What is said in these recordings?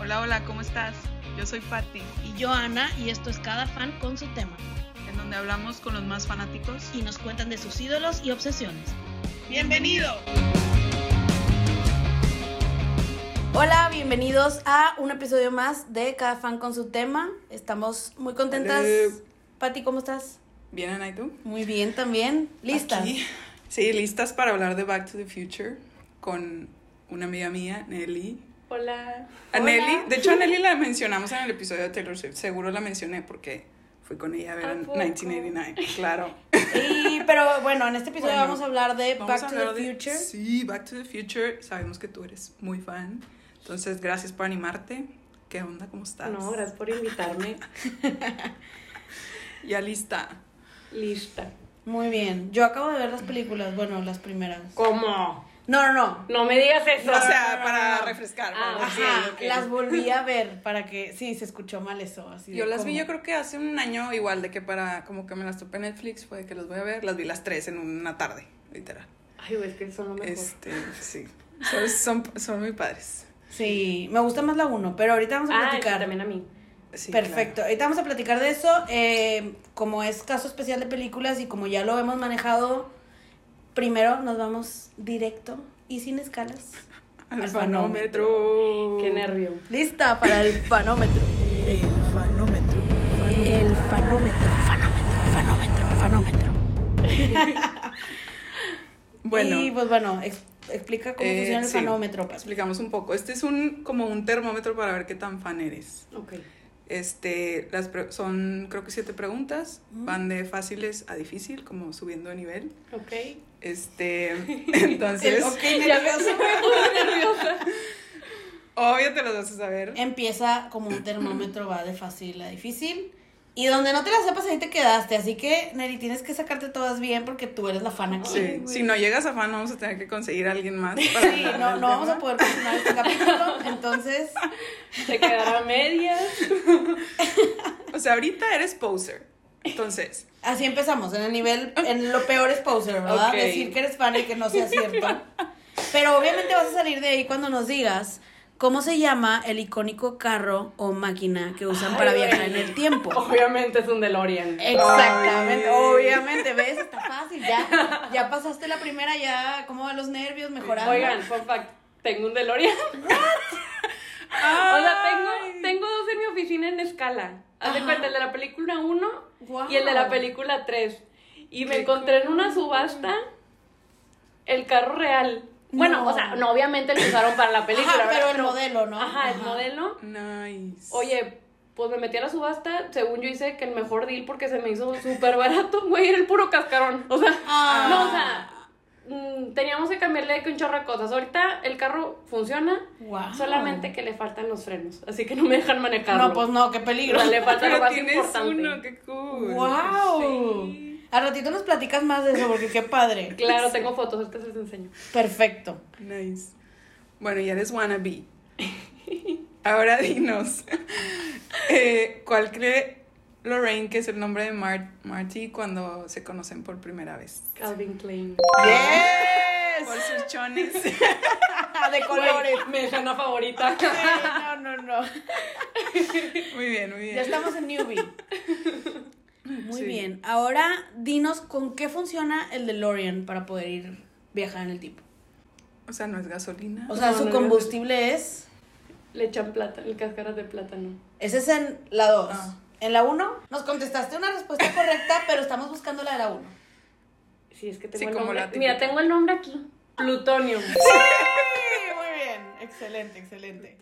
Hola, hola, ¿cómo estás? Yo soy Patti, Y yo, Ana, y esto es Cada Fan con su tema. en donde hablamos con los más fanáticos. Y nos cuentan de sus ídolos y obsesiones. ¡Bienvenido! Hola, bienvenidos a un episodio más de Cada Fan con su tema. Estamos muy contentas. Hola. Pati, ¿cómo estás? Bien, Ana, ¿y tú? Muy bien también. ¿Lista? Aquí. Sí, listas para hablar de Back to the Future con una amiga mía, Nelly. Hola. A Nelly, de hecho a Nelly la mencionamos en el episodio de Taylor Swift, seguro la mencioné porque fui con ella a ver ¿A en poco? 1989, claro. Y, pero bueno, en este episodio Bueno, vamos a hablar de Vamos Back a to hablar the de- Future. Sí, Back to the Future, sabemos que tú eres muy fan, entonces gracias por animarte. ¿Qué onda? ¿Cómo estás? No, gracias por invitarme. Ya lista. Lista. Muy bien. Yo acabo de ver las películas, bueno, las primeras. ¿Cómo? No, no, no. No me digas eso. o sea, para refrescar. Ah, ¿verdad? ok, Ajá, ok. las volví a ver para que. Sí, se escuchó mal eso. Así de Yo las cómo. vi, yo creo que hace un año, igual de que para, como que me las topé en Netflix, fue que las voy a ver. Las vi las tres en una tarde, literal. Ay, güey, es que son lo mejor. Este, sí. Son, son, son muy padres. Sí, me gusta más la uno, pero ahorita vamos a Ah, platicar. sí, también a mí. Sí, Perfecto. Ahorita vamos a platicar de eso. eh, como es caso especial de películas y como ya lo hemos manejado, primero nos vamos directo y sin escalas. claro. Al Al panómetro. Qué nervio. Lista para el panómetro. El fanómetro. Bueno, Y pues bueno, ex- explica cómo eh, funciona el sí, fanómetro. Pati. Explicamos un poco. Este es un, como un termómetro para ver qué tan fan eres. Ok. Este, las pre- son creo que siete preguntas, Mm. van de fáciles a difícil, como subiendo de nivel. Ok. Este, entonces, Ya me puse muy nerviosa. obvio te las vas a saber. Empieza como un termómetro, va de fácil a difícil. Y donde no te la sepas, ahí te quedaste. Así que, Neri, tienes que sacarte todas bien porque tú eres la fan aquí. Sí, Ay, güey. si no llegas a fan, vamos a tener que conseguir a alguien más. Para Sí, hablar no, del no vamos tema. a poder continuar este capítulo. Entonces, Se quedará media. O sea, ahorita eres poser. Entonces, así empezamos. En el nivel, en lo peor es poser, ¿verdad? Ok. Decir que eres fan y que no sea cierto. Pero obviamente vas a salir de ahí cuando nos digas cómo se llama el icónico carro o máquina que usan para Ay, güey. viajar en el tiempo. Obviamente es un DeLorean. Exactamente, Ay. obviamente, ves, está fácil, ya, ya pasaste la primera, ya, como a los nervios, mejorando. Oigan, fun fact. Tengo un DeLorean. O sea, tengo, tengo dos en mi oficina en escala. Haz de cuenta, el de la película 1 Guau. y el de la película 3. Y me encontré en una subasta el carro real. Bueno, No. o sea, no, obviamente lo usaron para la película. Ajá, ¿verdad? pero el modelo, ¿no? Ajá, el Ajá. modelo. nice. Oye, pues me metí a la subasta. Según yo hice que el mejor deal porque se me hizo súper barato. Güey, era el puro cascarón. O sea, Ah. no, o sea, mm, teníamos que cambiarle que un chorro de cosas. Ahorita el carro funciona. Guau. Solamente que le faltan los frenos, así que no me dejan manejarlo. No, pues no, qué peligro. Pero le falta lo pero más tienes importante. uno, qué cool. ¡Wow! Al ratito nos platicas más de eso porque qué padre. Claro, tengo fotos, ahorita se las enseño. Perfecto. Nice. Bueno, ya eres wannabe. Ahora dinos. eh, ¿Cuál cree Lorraine que es el nombre de Mar- Marty cuando se conocen por primera vez? Calvin Klein. ¡Yes! Por sus chones. Ah, De colores. Mi escena favorita. No, no, no. muy bien, muy bien. Ya estamos en newbie. Muy Sí. bien. Ahora dinos con qué funciona el DeLorean para poder ir viajar en el tiempo. O sea, Ah, no es gasolina. O sea, No, su no, no. combustible es. Le echan plata, el cáscaras de plátano. Ese es en la 2. Ah. En la 1 nos contestaste una respuesta correcta, pero estamos buscando la de la 1. Sí, es que tengo Sí, el como nombre. la típica. Mira, tengo el nombre aquí. Plutonio. Sí, muy bien. Excelente, excelente.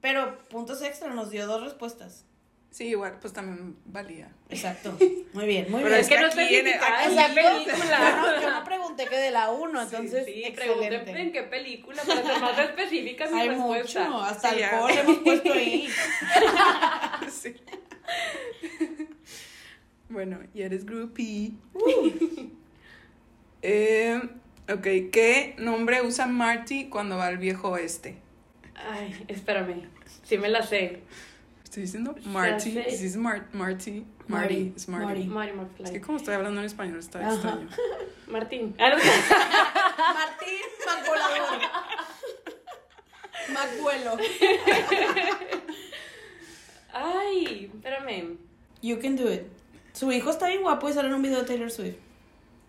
Pero puntos extra, nos dio dos respuestas. Sí, igual, pues también valía. Exacto. Muy bien, muy Pero bien. es que no Aquí especifica, en- aquí Exacto. en la- Yo no, yo no pregunté que de la 1, entonces Sí, excelente. pregunté en qué película para ser más específica mi Hay respuesta. mucho, hasta Sí, ya. alcohol hemos puesto ahí. Sí. Bueno, y eres groupie. Eh, ok, ¿qué nombre usa Marty cuando va al viejo oeste? Ay, espérame. Sí me la sé. Estoy diciendo Marty. Ya sé. This is Mar- Marty. Marty, Marty. es Marty. Marty. Mari Es McFly. que como estoy hablando en español está Ajá. extraño. Martín. Ah, no sé. Martín Mancolador. Macuelo. Ay, espérame. You can do it. Su hijo está bien guapo y sale en un video de Taylor Swift.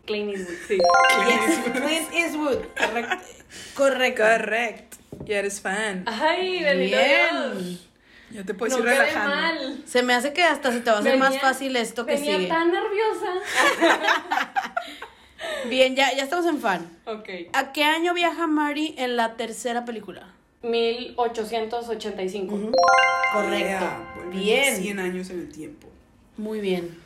Clint Eastwood, sí. Yes, Clint Eastwood. Correcto. Correcto. Correct. Ya eres fan. Ay, bendito Bien. Dios. Ya te puedes Ah, No ir quedé relajando. mal. Se me hace que hasta se te Pues va a hacer Venía- más fácil esto que venía sigue. tan nerviosa. Bien, ya, ya estamos en fan. ok. ¿A qué año viaja Mari en la tercera película? 1885. Ya, volvemos 100 años en el tiempo. Muy bien.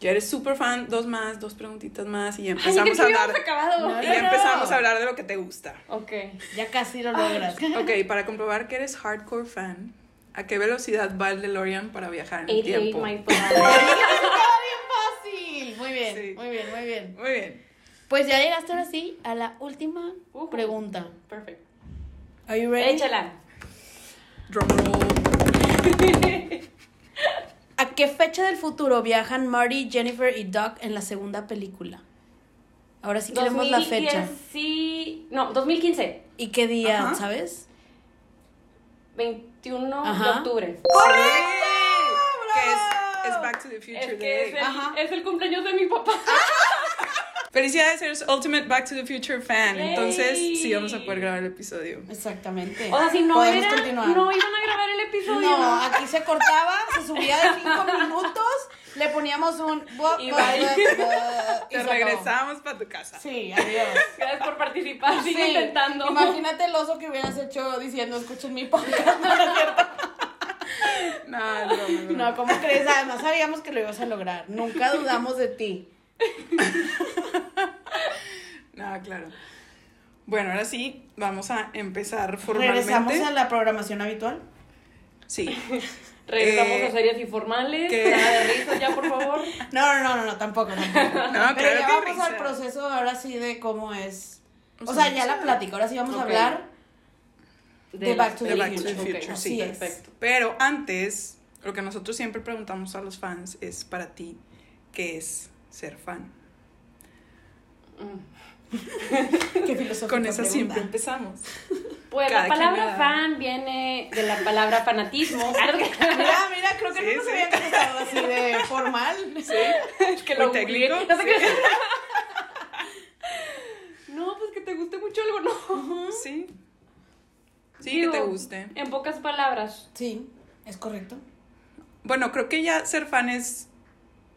Ya eres super fan. Dos más, dos preguntitas más y ya Ay, ¿qué empezamos a hablar. acabado? No, Y no, ya empezamos no. a hablar de lo que te gusta. Ok. Ya casi lo logras. Ok, para comprobar que eres hardcore fan, ¿a qué velocidad va el DeLorean para viajar en el 88 tiempo? my father. fácil. Muy bien, Sí. muy bien, muy bien. Muy bien. Pues ya llegaste ahora sí a la última Ujú. pregunta. Perfecto. Are you ready? Échala. Drumroll. ¿A qué fecha del futuro viajan Marty, Jennifer y Doc en la segunda película? Ahora sí queremos la fecha. Sí. No, 2015. ¿Y qué día, Ajá. sabes? 21 de Ajá. octubre. Que es, es Back to the Future Es que Day. es el, es el cumpleaños de mi papá. Felicidades, eres Ultimate Back to the Future fan. Yay. Entonces, sí, vamos a poder grabar el episodio. Exactamente. O sea, si no, Podemos era, continuar. no iban a grabar el episodio. No, aquí se cortaba, se subía de cinco minutos, le poníamos un... y Y bye. Te se acabó. regresamos para tu casa. Sí, adiós. Gracias por participar. Sigue Sí, intentando. Imagínate el oso que hubieras hecho diciendo, escuchen mi podcast. No, no, no. No, ¿cómo crees? Además sabíamos que lo ibas a lograr. Nunca dudamos de ti. No, claro. Bueno, ahora sí, vamos a empezar formalmente. Regresamos a la programación habitual. Sí. Regresamos Eh, a series informales. que- Nada de risas ya, por favor. No, no, no, no, no tampoco. tampoco. Pero No, claro ya que vamos al risa. proceso ahora sí de cómo es. O Sí, sea, ya sí. la plática, ahora sí vamos Ok. a hablar. De Back to De the Back to the Future. Future, Ok, sí. así es. Perfecto. Pero antes, lo que nosotros siempre preguntamos a los fans es para ti, ¿qué es ser fan? Qué filosófica Con esa pregunta. siempre empezamos. Pues Cada la quien palabra me da. fan viene de la palabra fanatismo. Mira, mira, creo que Sí, no nos sí. habían contestado así de formal. Es que lo Muy googleé. técnico, No, te creas. No, pues que te guste mucho algo, ¿no? Sí. Sí, Digo, que te guste. En pocas palabras. Sí, es correcto. Bueno, creo que ya ser fan es.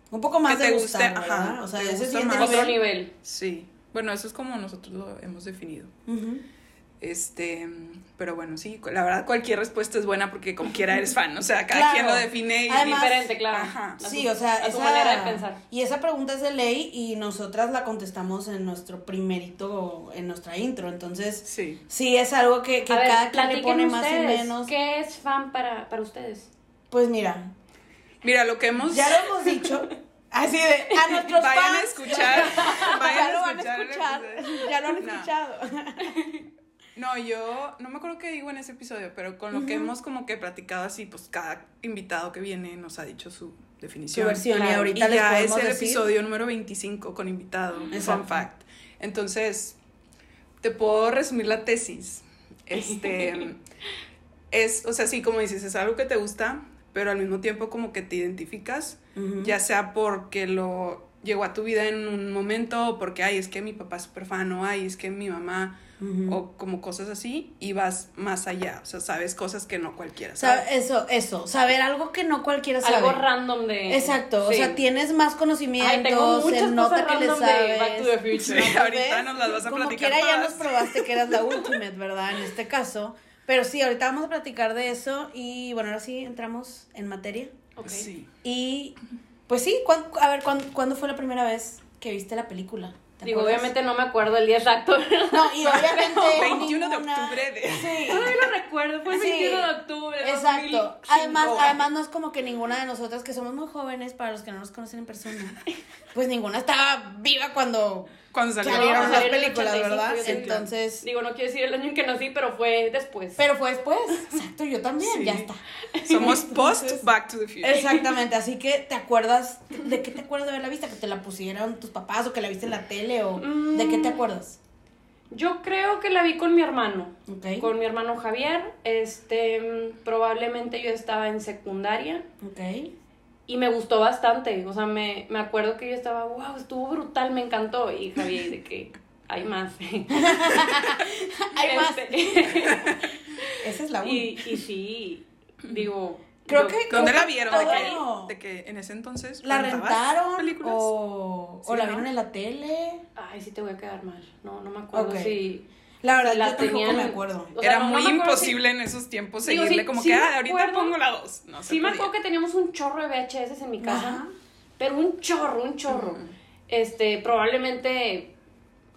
Un poco más Que de te gusto, guste, ¿verdad? ajá, O sea, te ese gusta siguiente más. Otro nivel. nivel. Sí. Bueno, eso es como nosotros lo hemos definido. Ujú. Este, pero bueno, sí, la verdad cualquier respuesta es buena porque como quiera eres fan, o sea, cada Claro. quien lo define y Además- Diferente, claro. Ajá. A su- Sí, o sea, a tu esa, manera de pensar. y esa pregunta es de ley y nosotras la contestamos en nuestro primerito, en nuestra intro. Entonces, sí. sí es algo que, que a ver, cada quien le platiquen pone más y ustedes, menos. ¿Qué es fan para, para ustedes? Pues mira, Mira, lo que hemos ya lo hemos dicho. Así de, "Ah, a nuestros vayan fans. a escuchar, Ya vayan lo a van a escuchar. el escuchar. episodio. Ya lo han No. escuchado. No, yo no me acuerdo qué digo en ese episodio, pero con lo que hemos como que platicado así, pues cada invitado que viene nos ha dicho su Su definición. versión y Claro. Y ahorita les ya es podemos el decir. episodio número 25 con invitado, Exacto. fun fact. Entonces, te puedo resumir la tesis. Este es, o sea, sí, como dices, es algo que te gusta, pero al mismo tiempo como que te identificas, Ujú. ya sea porque lo llegó a tu vida en un momento, o porque, ay, es que mi papá es súper fan, o ay, es que mi mamá, Ujú. o como cosas así, y vas más allá, o sea, sabes cosas que no cualquiera Sa- sabe. eso, eso, saber algo que no cualquiera sabe. Algo random de. Pues, Exacto, o Sí. sea, tienes más conocimiento, Ay, tengo muchas se cosas nota que le random de sabes. Back to the Future. Sí, ahorita pues, ¿Ves? nos las vas a Como platicar quiera ya todas. nos probaste que eras la ultimate, ¿verdad? En este caso. Pero sí, ahorita vamos a platicar de eso y bueno, ahora sí entramos en materia. Ok. Sí. Y pues sí, ¿cuán- a ver, ¿cuán- ¿cuándo fue la primera vez que viste la película? ¿Te Digo, acuerdas? obviamente no me acuerdo el día exacto. no No, y obviamente 21 de ninguna- octubre de... lo recuerdo, fue el Sí. 21 de octubre. Exacto. 2005. Además, además no es como que ninguna de nosotras que somos muy jóvenes para los que no nos conocen en persona. Pues ninguna estaba viva cuando Cuando salió. salieron las salieron en películas, 85, ¿verdad? yo creo. Entonces, Digo, no quiero decir el año en que nací, pero fue después. pero fue después. Exacto, yo también, Sí. ya está. Somos post Back to the Future. Exactamente, así que te acuerdas de qué te Mm. acuerdas de haberla vista, que te la pusieron tus papás o que la viste en la tele o de qué te acuerdas. Yo creo que la vi con mi hermano. Ok. Con mi hermano Javier. Este, probablemente yo estaba en secundaria. Ok. Y me gustó bastante. O sea, me, me acuerdo que yo estaba, wow, estuvo brutal, me encantó. Y Javier, de que hay más. Hay más. Este, Esa es la una. y, y sí, digo. Creo yo- que- ¿Dónde Creo la que vieron? ¿De todo. que, de que en ese entonces. ¿La rentabas rentaron? películas? O, o Sí, la ¿no? vieron en la tele. Ay, sí te voy a quedar mal. No, no me acuerdo Ok. si. La verdad, si la yo tenían. tampoco me acuerdo. o sea, Era no- no muy me acuerdo imposible en esos tiempos Digo, seguirle sí- como sí que, me ah, ahorita acuerdo- pongo la dos. No si- se sí, me podía. acuerdo que teníamos un chorro de VHS en mi casa. Ajá. Pero un chorro, un chorro. Ujú. Este, probablemente.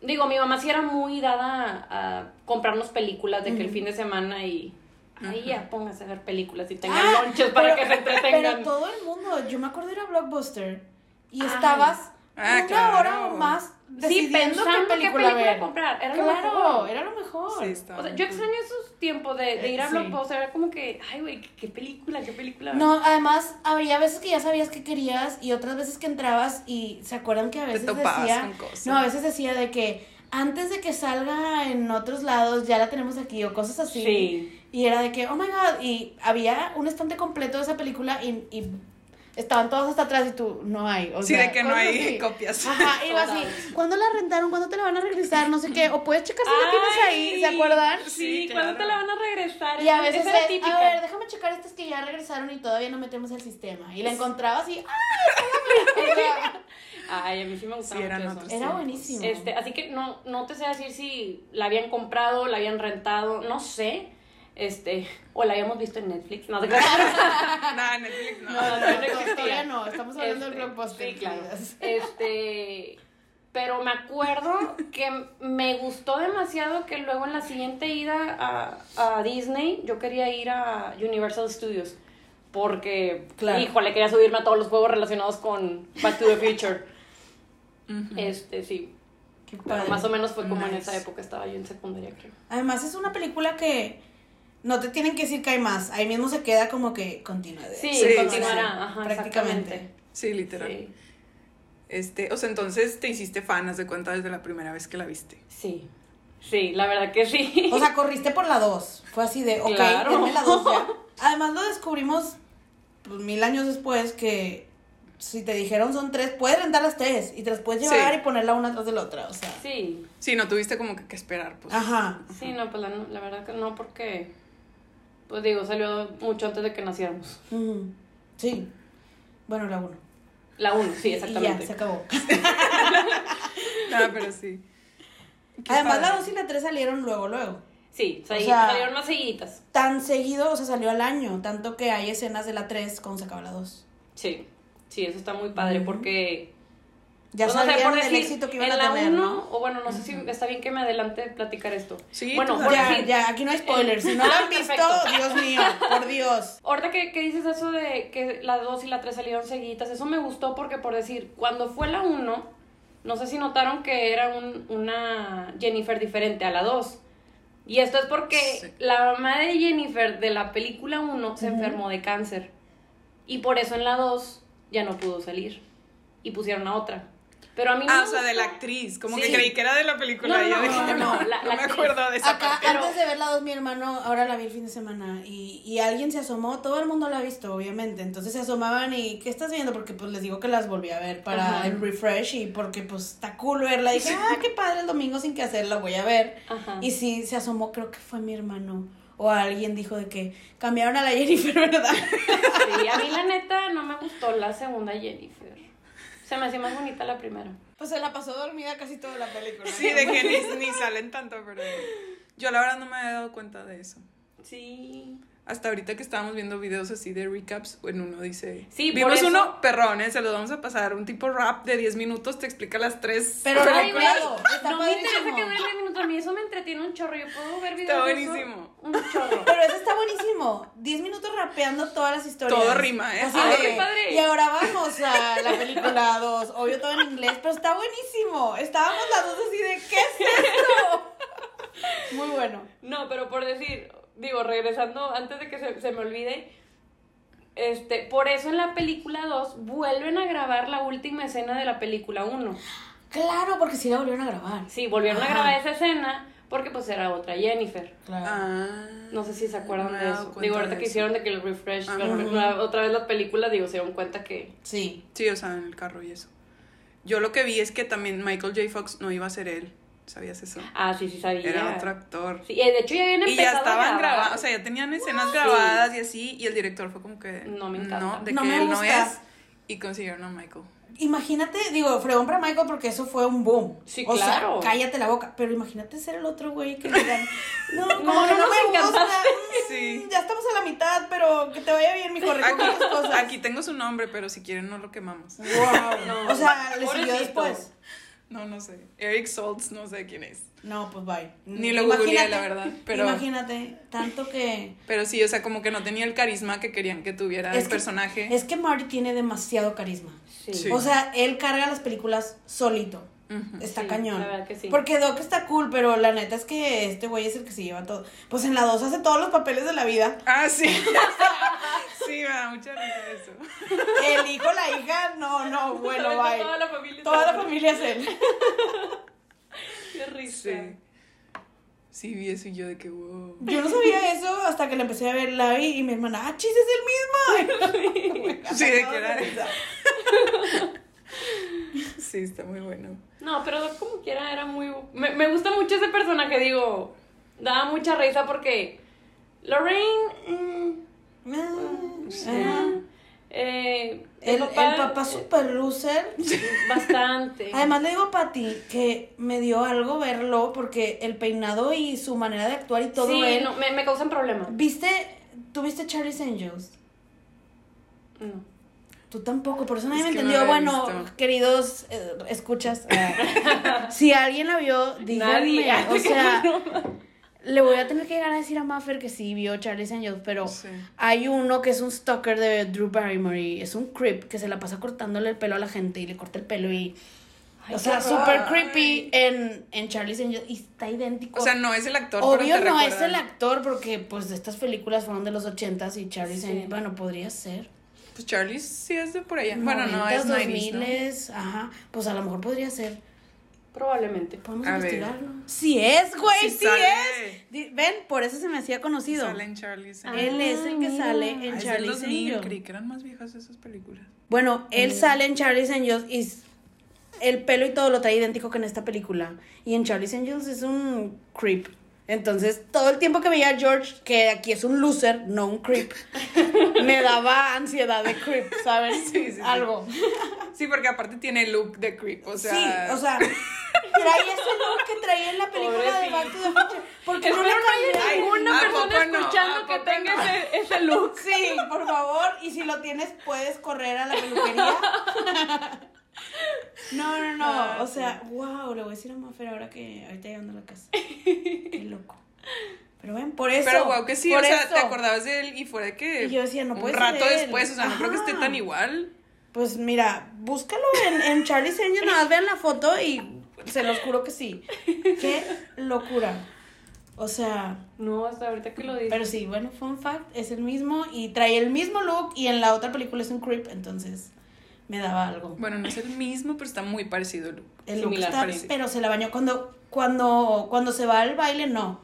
Digo, mi mamá sí era muy dada a, a comprarnos películas de que el fin de semana y. Ahí ya pónganse a ver películas y tengan Ah, lonches para pero- que se entretengan. Pero todo el mundo, yo me acuerdo de ir a Blockbuster y Ay. estabas Ah, una claro. hora o más sí, decidiendo pensando qué película, ver. comprar. Era lo Claro, mejor. era lo mejor. Sí, estaba O sea, muy yo cool. extraño esos tiempos de, de ir a Sí. Blockbuster, era como que, ay, güey, qué, qué película, qué película. No, además había veces que ya sabías que querías y otras veces que entrabas y se acuerdan que a veces topabas decía, con cosas. no, a veces decía de que antes de que salga en otros lados ya la tenemos aquí o cosas así. Sí. Y era de que, oh my god, y había un estante completo de esa película y, y estaban todos hasta atrás y tú, no hay. O Sí, sea, de que no cosas hay así. Ah, copias. Ajá, iba así, ¿cuándo la rentaron? ¿Cuándo te la van a regresar? No sé qué, o puedes checar si la tienes ahí, Ay, ¿se acuerdan? Sí, Sí, ¿cuándo claro. te la van a regresar? Y a Esa- veces esa era es, típica. a ver, déjame checar estas que ya regresaron y todavía no metemos el sistema. Y la encontraba así, ¡ah! o sea, Ay, a mí sí me gustaba Sí, eran mucho otros eso. era Sí. buenísimo. Este, así que no, no te sé decir si la habían comprado, la habían rentado, no sé. Este, o la habíamos visto en Netflix, no sé qué. Nah, Netflix no. no, no, no, no existía. todavía no, estamos hablando del Este, blockbuster. Sí, claro. queridas. Este. Pero me acuerdo que me gustó demasiado que luego en la siguiente ida a, a Disney, yo quería ir a Universal Studios. Porque, Claro. híjole, quería subirme a todos los juegos relacionados con Back to the Future. Ujú. Eh, Este, sí. Qué Pero padre. más o menos fue como en Nice. esa época, estaba yo en secundaria, creo. Además, es una película que no te tienen que decir que hay más. Ahí mismo se queda como que continúa. de- Sí, Sí, continuará. sí, Ajá, prácticamente. exactamente. Sí, literal. Sí. Este, o sea, entonces te hiciste fan, haz de cuenta, desde la primera vez que la viste. sí. Sí, la verdad que sí. O sea, corriste por la 2. Fue así de, ok, Claro. denme la 2 ya. Además, lo descubrimos pues, mil años después que si te dijeron son tres, puedes rentar las tres y te las puedes Sí. llevar y ponerla una tras de la otra. O sea, sí. Sí, no tuviste como que, que esperar, pues. ajá. Sí, no, pues la, la verdad que no, porque, pues digo, salió mucho antes de que naciéramos. Ujú. Sí. Bueno, la 1. La 1, sí, Y ya, se exactamente. acabó. Ah, pero sí. Qué Además, padre. la 2 y la 3 salieron luego, luego. Sí, O sali- sea- salieron más seguiditas. Tan seguido, o sea, salió al año. Tanto que hay escenas de la 3 cuando se acaba la 2. Sí, sí, eso está muy padre, porque... Ya pues, no sé, sabían por del decir, éxito que iban en a la tener, uno, ¿no? o bueno, no sé si está bien que me adelante de platicar esto. Sí, bueno, tú por Ya, decir, ya, aquí no hay spoilers. Si no lo Ah, han visto, perfecto. Dios mío, por Dios. Ahorita que, que dices eso de que la 2 y la 3 salieron seguiditas, eso me gustó porque, por decir, cuando fue la 1, no sé si notaron que era un- una Jennifer diferente a la 2. Y esto es porque Sí. la mamá de Jennifer de la película 1 se enfermó de cáncer. Y por eso en la 2 ya no pudo salir. Y pusieron a otra. Pero a mí Ah, me o sea, de gustó. la actriz. Como que Sí. creí que era de la película. No, y yo no, dije, no, no, no, no, la- la me actriz. acuerdo de esa Acá, parte. antes de ver la 2, mi hermano, ahora la vi el fin de semana y, y alguien se asomó, todo el mundo la ha visto, obviamente. Entonces se asomaban y, ¿qué estás viendo? Porque pues les digo que las volví a ver para Ajá. el refresh y porque pues está cool verla. Dije, ah, qué padre el domingo sin que hacer, la voy a ver. Ah. Ajá. Y sí, se asomó, creo que fue mi hermano. O alguien dijo de que cambiaron a la Jennifer, ¿verdad? Sí, a mí la neta no me gustó la segunda Jennifer. Se me hacía más bonita la primera. Pues se la pasó dormida casi toda la película. Sí, de que ni, ni salen tanto, pero. Yo la verdad no me había dado cuenta de eso. Sí. Hasta ahorita que estábamos viendo videos así de recaps, en uno dice. Sí, por Vimos eso- uno, perrones, se los vamos a pasar. Un tipo rap de 10 minutos te explica las tres. Pero no hay películas. pedo, está no me padrísimo. interesa que dure 10 minutos. A mí eso me entretiene un chorro. Yo puedo ver videos. Está de eso buenísimo. Un chorro. Pero eso está buenísimo. 10 minutos rapeando todas las historias. Todo rima, ¿eh? Así Ay, de, qué padre. Y ahora vamos a la película 2. Obvio todo en inglés, pero está buenísimo. Estábamos las dos así de, ¿qué es esto? Muy bueno. No, pero por decir, digo, regresando antes de que se, se me olvide. Este, por eso en la película 2 vuelven a grabar la última escena de la película 1. Claro, porque sí la volvieron a grabar. Sí, volvieron Ajá. a grabar esa escena porque pues era otra Jennifer. Claro. Ah. No sé si se acuerdan No me he de dado eso. cuenta Digo, ahorita de que eso. hicieron Ah, de que el refresh, Ajá. la- la- otra vez las películas, digo, se dieron cuenta que... Sí. Sí, o sea, en el carro y eso. Yo lo que vi es que también Michael J. Fox no iba a ser él. ¿Sabías eso? Ah, sí, sí sabía. Era otro actor. Sí, eh, de hecho ya habían Y ya empezado estaban a grabar. grabadas, o sea, ya tenían escenas grabadas y así, y el director fue como que... No me encanta. No, de No que me él no gusta. es. Y consiguieron a Michael. Imagínate, digo, fregón para Michael porque eso fue un boom. Sí, o claro. Sea, cállate la boca. Pero imagínate ser el otro güey que digan, no, como No, que no no, nos me gusta. encantaste. mm, Sí. Ya estamos a la mitad, pero que te vaya bien, mijo, Aquí, recoge tus cosas. aquí tengo su nombre, pero si quieren no lo quemamos. Wow. No, o sea, le siguió pobrecito. después. No, no sé. Eric Saltz, no sé quién es. No, pues bye. Ni lo Imagínate- googleé, la verdad, pero- Imagínate, tanto que. Pero sí, o sea, como que no tenía el carisma que querían que tuviera el que- personaje. Es que Marty tiene demasiado carisma. Sí. Sí. Mm, O sea, él carga las películas solito. Está Sí, cañón. la verdad que sí. Porque Doc está cool, pero la neta es que este güey es el que se lleva todo. Pues en la 2 hace todos los papeles de la vida. Ah, sí. sí, me da mucha risa eso. El hijo, la hija, no, no, bueno, Toda bye. la familia. Toda la familia es él. Qué risa. Sí. Sí, vi eso y yo de que, wow. Yo no sabía eso hasta que la empecé a ver la vi y mi hermana, ah, chis, es el mismo. Sí, de que Acababa era de pensar. Sí, está muy bueno. No, pero como quiera era muy... Me, me gusta mucho ese personaje, digo. Daba mucha risa porque... Lorraine... mm, Ah, sí. ah. Eh, El, el papá super loser. Bastante. Además le digo a Pati que me dio algo verlo porque el peinado y su manera de actuar y todo sí, él. no, me, me causan problemas. ¿Viste? ¿Tú viste Charlie's Angels? No. Tú tampoco, por eso nadie Es me que no entendió. la he bueno, visto. queridos, eh, escuchas. eh, si alguien la vio, díganme. Nadie. O sea, le voy a tener que llegar a decir a Maffer que sí vio Charlie's Angels, pero Sí. hay uno que es un stalker de Drew Barrymore. y Es un creep que se la pasa cortándole el pelo a la gente y le corta el pelo y. o sea, qué súper horror. creepy en, en Charlie's Angels y está idéntico. O sea, no es el actor. pero Obvio te no es recuerda. el actor porque pues estas películas fueron de los ochentas y Charlie's Sí. Angels, bueno, podría ser. Pues Charlie sí es de por allá. bueno, no, es Noventas, 90s, ¿no? 2000s, ajá, pues a lo mejor podría ser. Probablemente. Podemos A ver. investigarlo. Sí es, güey, Sí sí, sale. es. Di- Ven, por eso se me hacía conocido. Sale en Charlie. sí. Ah, Él es el que mira. sale Ah, en es del Charlie's 2000, Angels. creí que eran más viejas esas películas. Bueno, él Mm. sale en Charlie's Angels y s- el pelo y todo lo trae idéntico que en esta película. Y en Charlie's Angels es un creep. Entonces, todo el tiempo que veía a George, que aquí es un loser, no un creep, me daba ansiedad de creep, ¿sabes? Sí, sí, sí. Algo. Sí, porque aparte tiene look de creep, o sea... sí, o sea, trae ese look que traía en la película de Back to the Future. Porque no le Espero no haya cambié. ninguna ¿a persona poco no? escuchando ¿A que poco tenga no? ese, ese look. Sí, por favor, y si lo tienes, puedes correr a la peluquería. No, no, Ah, no, o sea, wow, le voy a decir a Mafer ahora que ahorita llegando a la casa. Qué loco. Pero ven, por eso. Pero wow, que sí, por o sea, eso. te acordabas de él y fuera que... Y yo decía, no Un puede rato ser él. después, o sea, no creo que esté Ajá. tan igual. Pues mira, búscalo en, en Charlie's Angels, nada más vean la foto y se los juro que sí. Qué locura. O sea, No, hasta ahorita que lo dices. pero sí, bueno, fun fact, es el mismo y trae el mismo look y en la otra película es un creep, entonces me daba algo. Bueno, no es el mismo, pero está muy parecido el look. El look Similar, está- parece. pero se la bañó cuando, cuando, cuando se va al baile, no.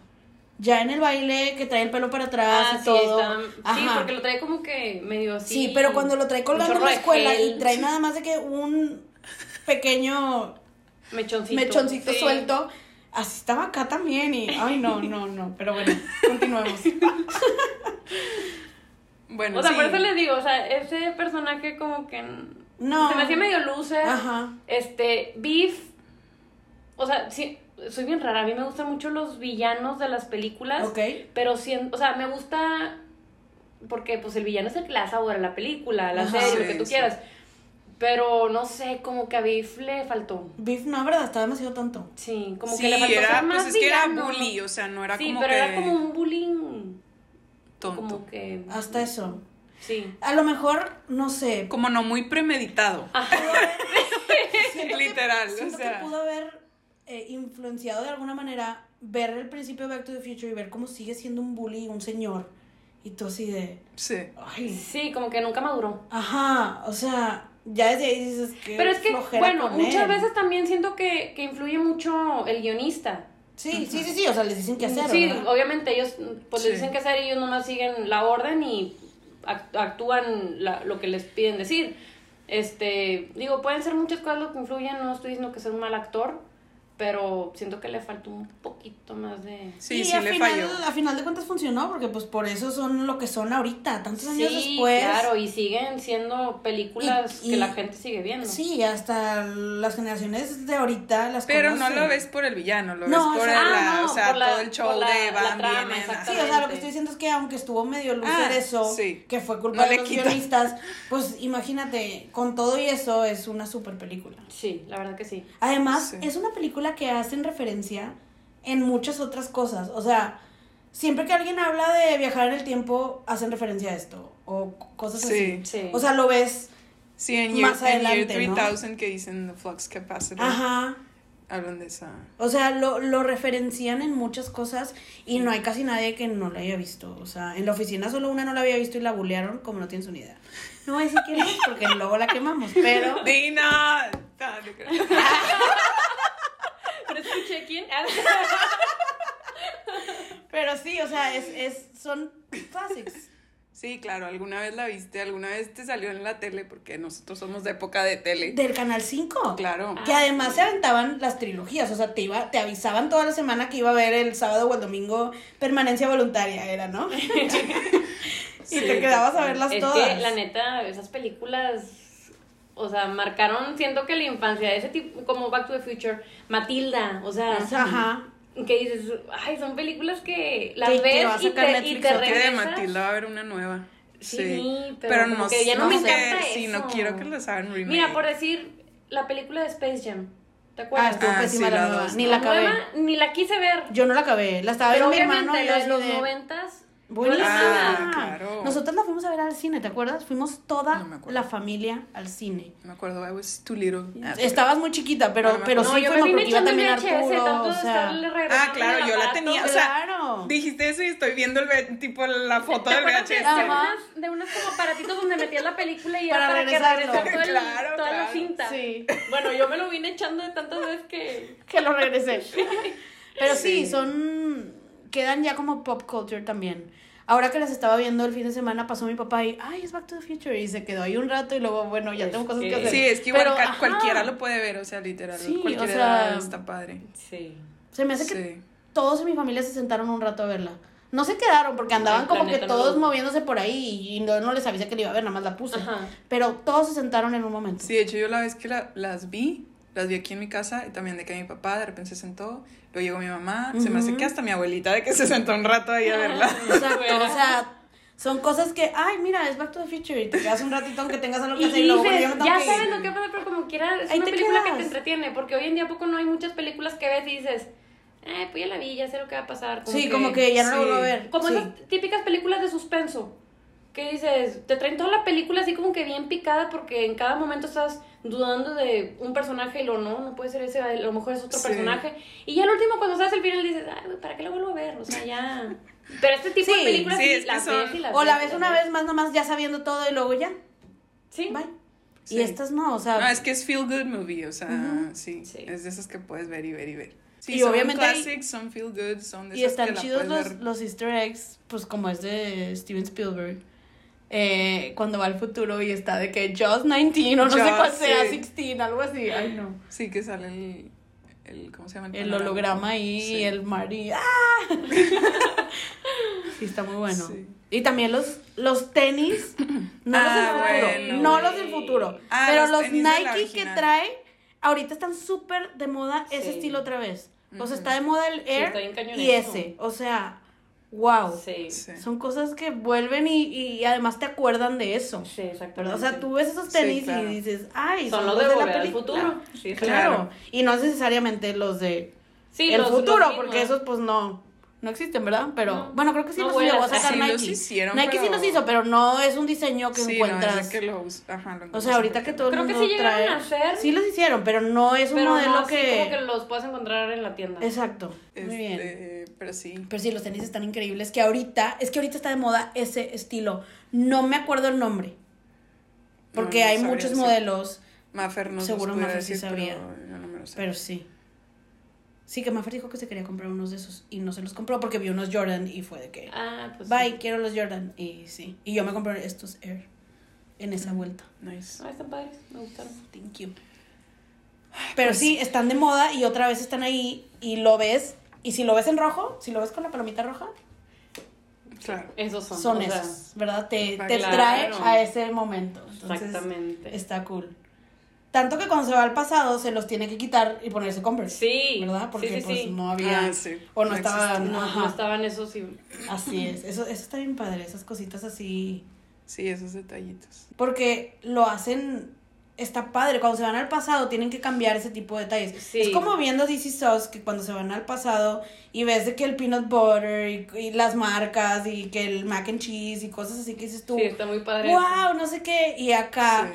Ya en el baile que trae el pelo para atrás Ah, y sí, todo. está- sí, Ajá. porque lo trae como que medio así. Sí, pero cuando lo trae colgando un en la chorro de escuela gel, y trae nada más de que un pequeño mechoncito, mechoncito Sí. suelto, así estaba acá también y, ay, no, no, no, pero bueno, continuemos. Bueno, O sea, sí. por eso les digo, o sea, ese personaje como que n- No. se me hacía medio loser. Ajá. Este, Beef. O sea, sí, soy bien rara, a mí me gustan mucho los villanos de las películas. Ok. Pero siento, o sea, me gusta porque pues el villano es el que le da sabor a la película, a la Ajá. serie, lo Sí, que tú sí. quieras. Pero no sé, como que a Biff le faltó. Beef, no, verdad, está demasiado tonto. Sí, como Sí, que le faltó era, ser más pues es que era villano. bully, o sea, no era sí, como pero que era como un bullying. tonto. Como que. Hasta eso. Sí. A lo mejor, no sé, Como no muy premeditado. Siento que- Literal, o siento sea. que pudo haber eh, influenciado de alguna manera ver el principio de Back to the Future y ver cómo sigue siendo un bully, un señor. Y tú así de. Sí. Ay. Sí, como que nunca maduró. Ajá, o sea, Ya desde ahí dices que. Pero es que, flojera bueno, con él. muchas veces también siento que, que influye mucho el guionista. Sí, sí, sí, sí, o sea, les dicen qué hacer. sí, ¿verdad? obviamente ellos pues Sí. les dicen qué hacer y ellos nomás siguen la orden y act- actúan la- lo que les piden decir. Este, digo, pueden ser muchas cosas lo que influyen, no estoy diciendo que sea un mal actor, pero siento que le faltó un poquito más de... Sí, y sí a, le final, falló. a final de cuentas funcionó, porque pues por eso son lo que son ahorita, tantos años sí, después. claro, y siguen siendo películas Y- y- que la gente sigue viendo. Sí, hasta las generaciones de ahorita las Pero no conocen. lo ves por el villano, lo No, ves por, o sea, la- ah, no, o sea, por la- todo el show por la- de la van, trama, vienen, exacto. Sí, ajá. o sea, lo que estoy diciendo es que aunque estuvo medio loser Ah, eso, sí. que fue culpa No de le los quita. guionistas, pues imagínate, con todo y eso es una super película. Sí, la verdad que sí. Además, Sí. es una película que hacen referencia en muchas otras cosas. O sea, siempre que alguien habla de viajar en el tiempo, hacen referencia a esto. O cosas Sí, Sí. así. O sea, lo ves. sí, en Year, Más en Year adelante, ¿no? 3000 que dicen The Flux Capacitor, Ajá. hablan de esa... O sea, lo, lo referencian en muchas cosas y no hay casi nadie que no la haya visto. O sea, en la oficina solo una no la había visto y la bulearon como no tienes ni idea. No voy a decir quién es porque luego la quemamos, pero... ¡Dina! No, no creo. ¿No escuché quién? ah, Pero sí, o sea, es, es, son classics. Sí, claro, alguna vez la viste, alguna vez te salió en la tele, porque nosotros somos de época de tele. Del Canal 5. Claro. Ah, Que además se aventaban las trilogías, o sea, te, iba, te avisaban toda la semana que iba a haber el sábado o el domingo permanencia voluntaria, era, ¿no? y te quedabas a verlas es todas. que la neta, esas películas, o sea, marcaron, siento que la infancia, ese tipo, como Back to the Future, Matilda, o sea, Ajá. que dices, ay, son películas que las Que- que va a ves y sacar te, y Netflix, te ¿o Que de regresas. Matilda va a haber una nueva. Sí, Sí, pero como que ya no me encanta Sí, eso. no quiero que les hagan remake. Mira, por decir, la película de Space Jam, ¿te Ah, acuerdas? estuvo Ah, pésima sí, la la nueva, dos, ni ¿no? la acabé. Nueva, ni la quise ver. Yo no la acabé, la estaba pero viendo mi obviamente hermano y yo la de así los de, noventas, "Buenísima". Ah, claro. Nosotros la fuimos a ver al cine, ¿te acuerdas? Fuimos toda No me acuerdo. la familia al cine. Me acuerdo, I was too little. Ah, Estabas muy chiquita, pero, No, no me pero acuerdo. No, sí yo fuimos me vine porque iba echando también el VHS, Arturo, tanto o de sea... estarle regresando Ah, claro, el yo la aparato. tenía, o sea, Claro. dijiste eso y estoy viendo el ve- tipo la foto ¿Te del acuerdas de, VHS. de unas, de unos como aparatitos donde metías la película y Para era para que regresarlo. regresara todo el- Claro, toda la claro. cinta? Sí. Bueno, yo me lo vine echando de tantas veces que... que lo regresé. Pero sí, Sí. son. quedan ya como pop culture también. Ahora que las estaba viendo el fin de semana, pasó mi papá y, ay, es Back to the Future. Y se quedó ahí un rato y luego, bueno, ya Es tengo cosas que, que- hacer. Sí, es que igual Pero, ca- ajá, cualquiera lo puede ver, o sea, literal, Sí, o cualquier sea, edad está padre. Sí. Se me hace que Sí. todos en mi familia se sentaron un rato a verla. No se quedaron porque andaban la como que neta, no. todos moviéndose por ahí y no, no les avisé que le iba a ver, nada más la puse. Ajá. Pero todos se sentaron en un momento. Sí, de hecho yo la vez que la- las vi, las vi aquí en mi casa y también de que mi papá de repente se sentó, luego llegó mi mamá, se me hace que hasta mi abuelita de que se sentó un rato ahí a verla. Exacto, Fuera. o sea, son cosas que, ay, mira, es Back to the Future y te quedas un ratito aunque tengas algo que Y hacer y luego bueno, dices, ya me tengo ya que ir. sabes lo que pasa, pero como quiera, es Ahí una te película que quedas. te entretiene, porque hoy en día ¿a poco no hay muchas películas que ves y dices, ay, pues ya la vi, ya sé lo que va a pasar. Sí, como que ya no lo sí. vuelvo a ver. Como sí. esas típicas películas de suspenso. Que dices, te traen toda la película así como que bien picada porque en cada momento estás dudando de un personaje y lo no, no puede ser ese, a lo mejor es otro Sí. personaje. Y ya al último cuando sabes el final dices, ay, güey, ¿para qué lo vuelvo a ver? O sea, ya... Pero este tipo Sí, de películas sí, sí, es que las son- ves y las O la ves y ves las una ves. vez más nomás ya sabiendo todo y luego ya, Sí. Ah, bye. Sí. Y estas no, o sea, No, es que es feel good movie, o sea, sí, Sí. es de esas que puedes ver y ver y ver. Sí, Y son obviamente hay- classics, son feel good, son de y esas que están la chidos puedes los, ver. los easter eggs, pues como es de Steven Spielberg. eh, cuando va al futuro y está de que Jaws 19 o no sé Jaws, cuál sea, sí. 16, algo así. Ay, no. Sí, que sale el, el ¿cómo se llama? El panorama. holograma ahí Sí. y el Marty. ¡Ah! sí, está muy bueno. Sí. Y también los, los tenis. No Ah, los del futuro. bueno. No los del futuro. Ah, pero los los, tenis de la Nike que original. trae, ahorita están súper de moda ese Sí. estilo otra vez. O sea, Ujú. está de moda el Air está bien cañón y eso. ese. O sea, wow. Sí. Sí, Sí. Son cosas que vuelven y, y además te acuerdan de eso. exactamente. ¿verdad? O sea, tú ves esos Sí, tenis claro. y dices, ay, Son los de volver al futuro. Sí, Claro. Claro. Y no necesariamente los de Sí, el los- los futuro, mismos. porque esos pues no no existen, ¿verdad? Pero No. bueno, creo que sí No los vuelan. llegó a sacar Sí, Nike. los hicieron, Nike sí pero- los hizo, pero no es un diseño que Sí, no, encuentras. es de que lo us- ajá, lo O sea, ahorita que encuentras. todo el Creo que mundo sí llegaron trae. a hacer. Sí los hicieron, pero no es un Pero modelo no, que... que... como que los puedes encontrar en la tienda. Exacto. Muy bien. Este, pero sí. Pero sí, los tenis están increíbles. Que ahorita, es que ahorita está de moda ese estilo. No me acuerdo el nombre. Porque No, no hay sabría muchos decir. modelos, Maffer no Seguro los puede Maffer sí decir, sabría. pero yo no me lo sé. pero sí. Sí, que Maffer dijo que se quería comprar unos de esos y no se los compró porque vio unos Jordan y fue de que, Ah, pues. bye, quiero los Jordan. Y sí, y yo me compré estos Air en esa vuelta. Nice. Ah, están padres, me gustaron. Thank you. Pero sí, están de moda y otra vez están ahí y lo ves. Y si lo ves en rojo, si lo ves con la palomita roja, Claro. Esos son. son Pues, o sea, esos, ¿verdad? Te, te claro. trae a ese momento. Entonces, este, Exactamente. Está cool. Tanto que cuando se va al pasado se los tiene que quitar y ponerse Converse. Sí. ¿Verdad? Porque sí, sí, pues sí. no había. Ah, sí. O no, No estaban. No, ajá. no estaban esos y. Así es. Eso, eso está bien padre, esas cositas así. Sí, esos detallitos. Porque lo hacen. Está padre. Cuando se van al pasado tienen que cambiar ese tipo de detalles. Sí. Es como viendo DC Sauce que cuando se van al pasado y ves de que el peanut butter y, y las marcas y que el mac and cheese y cosas así que dices tú. Sí, está muy padre. wow, no sé qué. Y acá.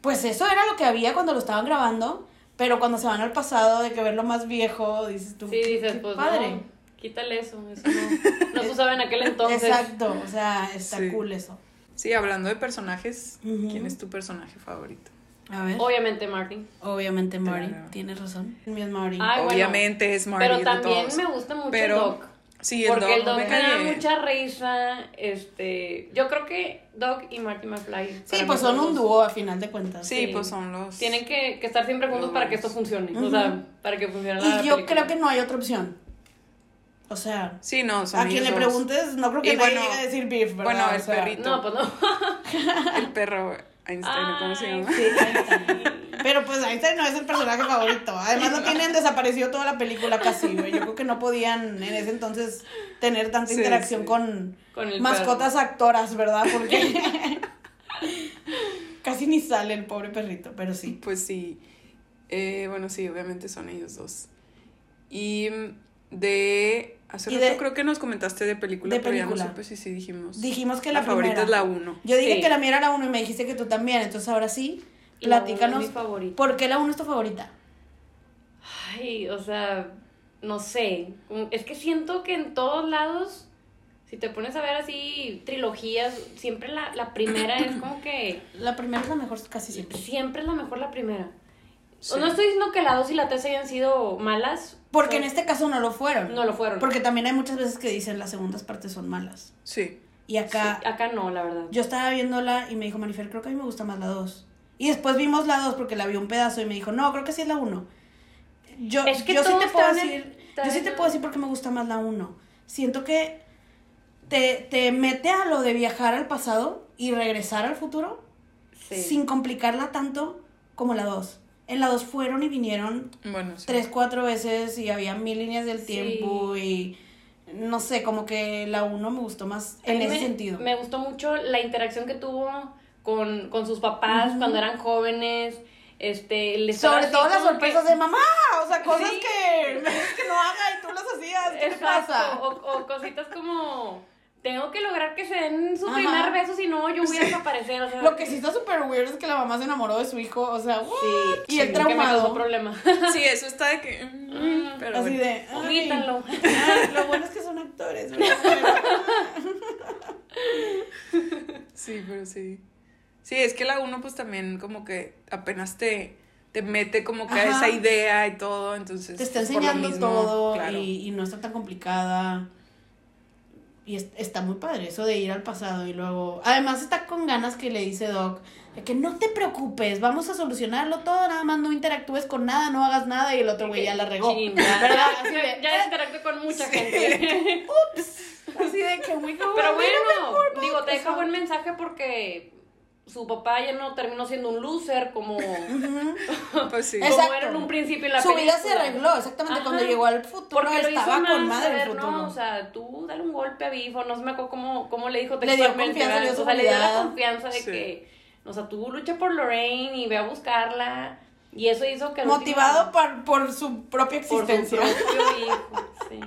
Pues eso era lo que había cuando lo estaban grabando, pero cuando se van al pasado de que verlo más viejo, dices tú. Sí, dices, qué pues padre. no, quítale eso, eso no, no se usaba en aquel entonces. Exacto, o sea, está Sí. cool eso. Sí. Sí, hablando de personajes, Ujú. ¿quién es tu personaje favorito? A ver. Obviamente Martin. Obviamente Mari, Claro. tienes razón. El mío es Mari. Ay, bueno. Obviamente es Marty Pero de también todos. me gusta mucho Pero- el Doc. Sí, el porque Doc, el Doc me me cae da bien. mucha risa. Este, yo creo que Doc y Marty McFly. sí, para mí pues son un los- dúo a final de cuentas. Sí, Sí. pues son los... Tienen que, que estar siempre juntos Los- para que esto funcione. O sea, para que funcione la Y yo película. creo que no hay otra opción. O sea, Sí, no, son a quien le ellos dos. preguntes, no creo que Y nadie bueno, llegue a decir beef, ¿verdad? bueno, el O sea, perrito. No, pues no. El perro Einstein, ¿o Este, ¿cómo se Ay, llama? sí, Einstein. Pero pues Einstein no es el personaje favorito. Además lo tienen desaparecido toda la película casi, güey. Yo creo que no podían en ese entonces tener tanta Sí, interacción sí. con Con el mascotas actoras, ¿verdad? Porque casi ni sale el pobre perrito, pero sí. Pues sí. Eh, bueno, sí, obviamente son ellos dos. Y mm, de... Hace Y rato de- creo que nos comentaste de película, de pero ya no película. supe si sí dijimos. Dijimos que la, favorita es primera. la 1. Yo dije Sí. que la mía era la 1 y me dijiste que tú también, entonces ahora sí, Y la uno es platícanos mi favorita. por qué la 1 es tu favorita. Ay, o sea, no sé. Como- Es que siento que en todos lados, si te pones a ver así trilogías, siempre la, la primera es como que. La primera es la mejor casi siempre. Siempre es la mejor la primera. Sí. No estoy diciendo que la 2 y la 3 hayan sido malas. Porque pero en este caso no lo fueron. No lo fueron. Porque también hay muchas veces que dicen las segundas partes son malas. Sí. Y acá Acá no, la verdad. yo estaba viéndola y me dijo, Marifer, creo que a mí me gusta más la 2. Y después vimos la 2 porque la vi un pedazo y me dijo, no, creo que sí es la 1. Yo, Es que yo sí todos te puedo te van a- decir, te yo sí van te a- puedo decir porque me gusta más la 1. Siento que te, te mete a lo de viajar al pasado y regresar al futuro Sí. sin complicarla tanto como la 2. En la 2 fueron y vinieron Bueno, sí. tres, cuatro veces y había mil líneas del Sí. tiempo y no sé, como que la 1 me gustó más A en mí ese me- sentido. Me gustó mucho la interacción que tuvo con, con sus papás cuando eran jóvenes. Este, el estar Sobre así todo las como sorpresas que- de mamá, o sea, cosas Sí. que me dices que no haga y tú las hacías, ¿qué te Exacto, pasa? O, o cositas como. Tengo que lograr que se den su Ajá. primer beso, si no, yo voy a desaparecer. o sea, Lo que sí está súper weird es que la mamá se enamoró de su hijo, o sea, ¿what? Sí, ¡Ah! y el que me causó traumado, problema. Sí, eso está de que... mm, Pero Ah, así bueno. de, ay, Omítalo. ay, lo bueno es que son actores, ¿verdad? Sí, pero sí. Sí, es que la 1 pues también como que apenas te, te mete como que a Ajá. esa idea y todo, entonces... te está por lo enseñando mismo, todo claro. y, y no está tan complicada. Y es- está muy padre eso de ir al pasado y luego... Además está con ganas que le dice Doc, de que no te preocupes, vamos a solucionarlo todo, nada más no interactúes con nada, no hagas nada y el otro güey ya la regó. Chin, ya. ¿Verdad? Así de, "Ah". Ya interactúo con mucha gente. Así de que muy como, Pero mira, bueno, digo, te deja cosa. buen mensaje porque su papá ya no terminó siendo un loser como, como ujú. Pues sí. Exacto. era en un principio en la Su vida se película. arregló, exactamente. Ajá. Cuando llegó al futuro Porque lo hizo estaba más, con madre el a ver, futuro. No, o sea, tú dale un golpe a Bifo, no se me acuerdo cómo, cómo le dijo Le dio textualmente. confianza, le dio ¿verdad? o sea, le dio la seguridad. confianza de Sí. que, o sea, tú lucha por Lorraine y ve a buscarla. Y eso hizo que... al Motivado último- par- por, su propia por su existencia. propio hijo, sí.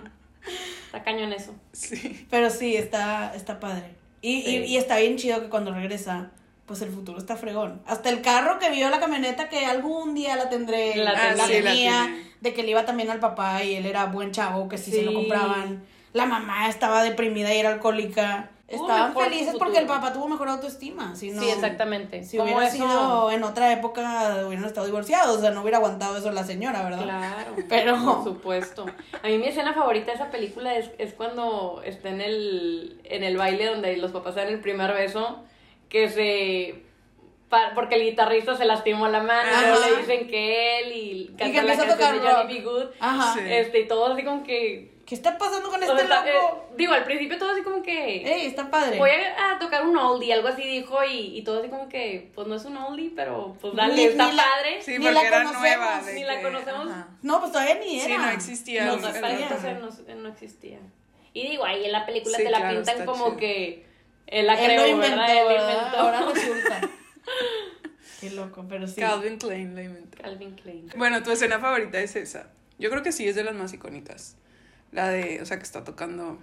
Está cañón eso. Sí. Pero sí, está, está padre. Y, Sí. y, y está bien chido que cuando regresa, pues el futuro está fregón. Hasta el carro que vio la camioneta que algún día la tendré, ah, La la, tendrá. sí, la tenía, tiene. de que le iba también al papá y él era buen chavo, que sí, se lo Sí. compraban. La mamá estaba deprimida y era alcohólica. Tuvo Estaban mejor su felices futuro. porque el papá tuvo mejor autoestima. Si no, Sí, exactamente. Si Como hubiera eso- sido en otra época, hubieran estado divorciados. O sea, no hubiera aguantado eso la señora, ¿verdad? Claro. Pero- Por supuesto. A mí mi escena favorita de esa película es, es cuando está en el, en el baile donde los papás dan el primer beso, que se... pa- porque el guitarrista se lastimó la mano, y luego Ajá. le dicen que él y que canta la empieza a canción de tocar Johnny B. Good. Ajá. Sí. Este, y todos así como que... ¿Qué está pasando con o sea, este está- loco? eh, digo, al principio todos así como que... Ey, está padre. Voy a, a tocar un oldie, algo así dijo, y, y todo así como que, pues no es un oldie, pero pues dale, Ni- está ni la- padre. Sí, Ni porque la era conocemos, nueva. de ni la que- conocemos. ajá. No, pues todavía ni Sí, era. no existía No el- No, el para sabía. otro. entonces no, no existía. Y digo, ahí en la película Sí, te la claro, pintan está como chido. que él la Él creó, lo inventó, ¿verdad? Él ¿verdad? inventó. Ahora resulta. Qué loco, pero sí. Calvin Klein la inventó. Calvin Klein. Bueno, tu escena favorita es esa. Yo creo que sí es de las más icónicas. La de, o sea, que está tocando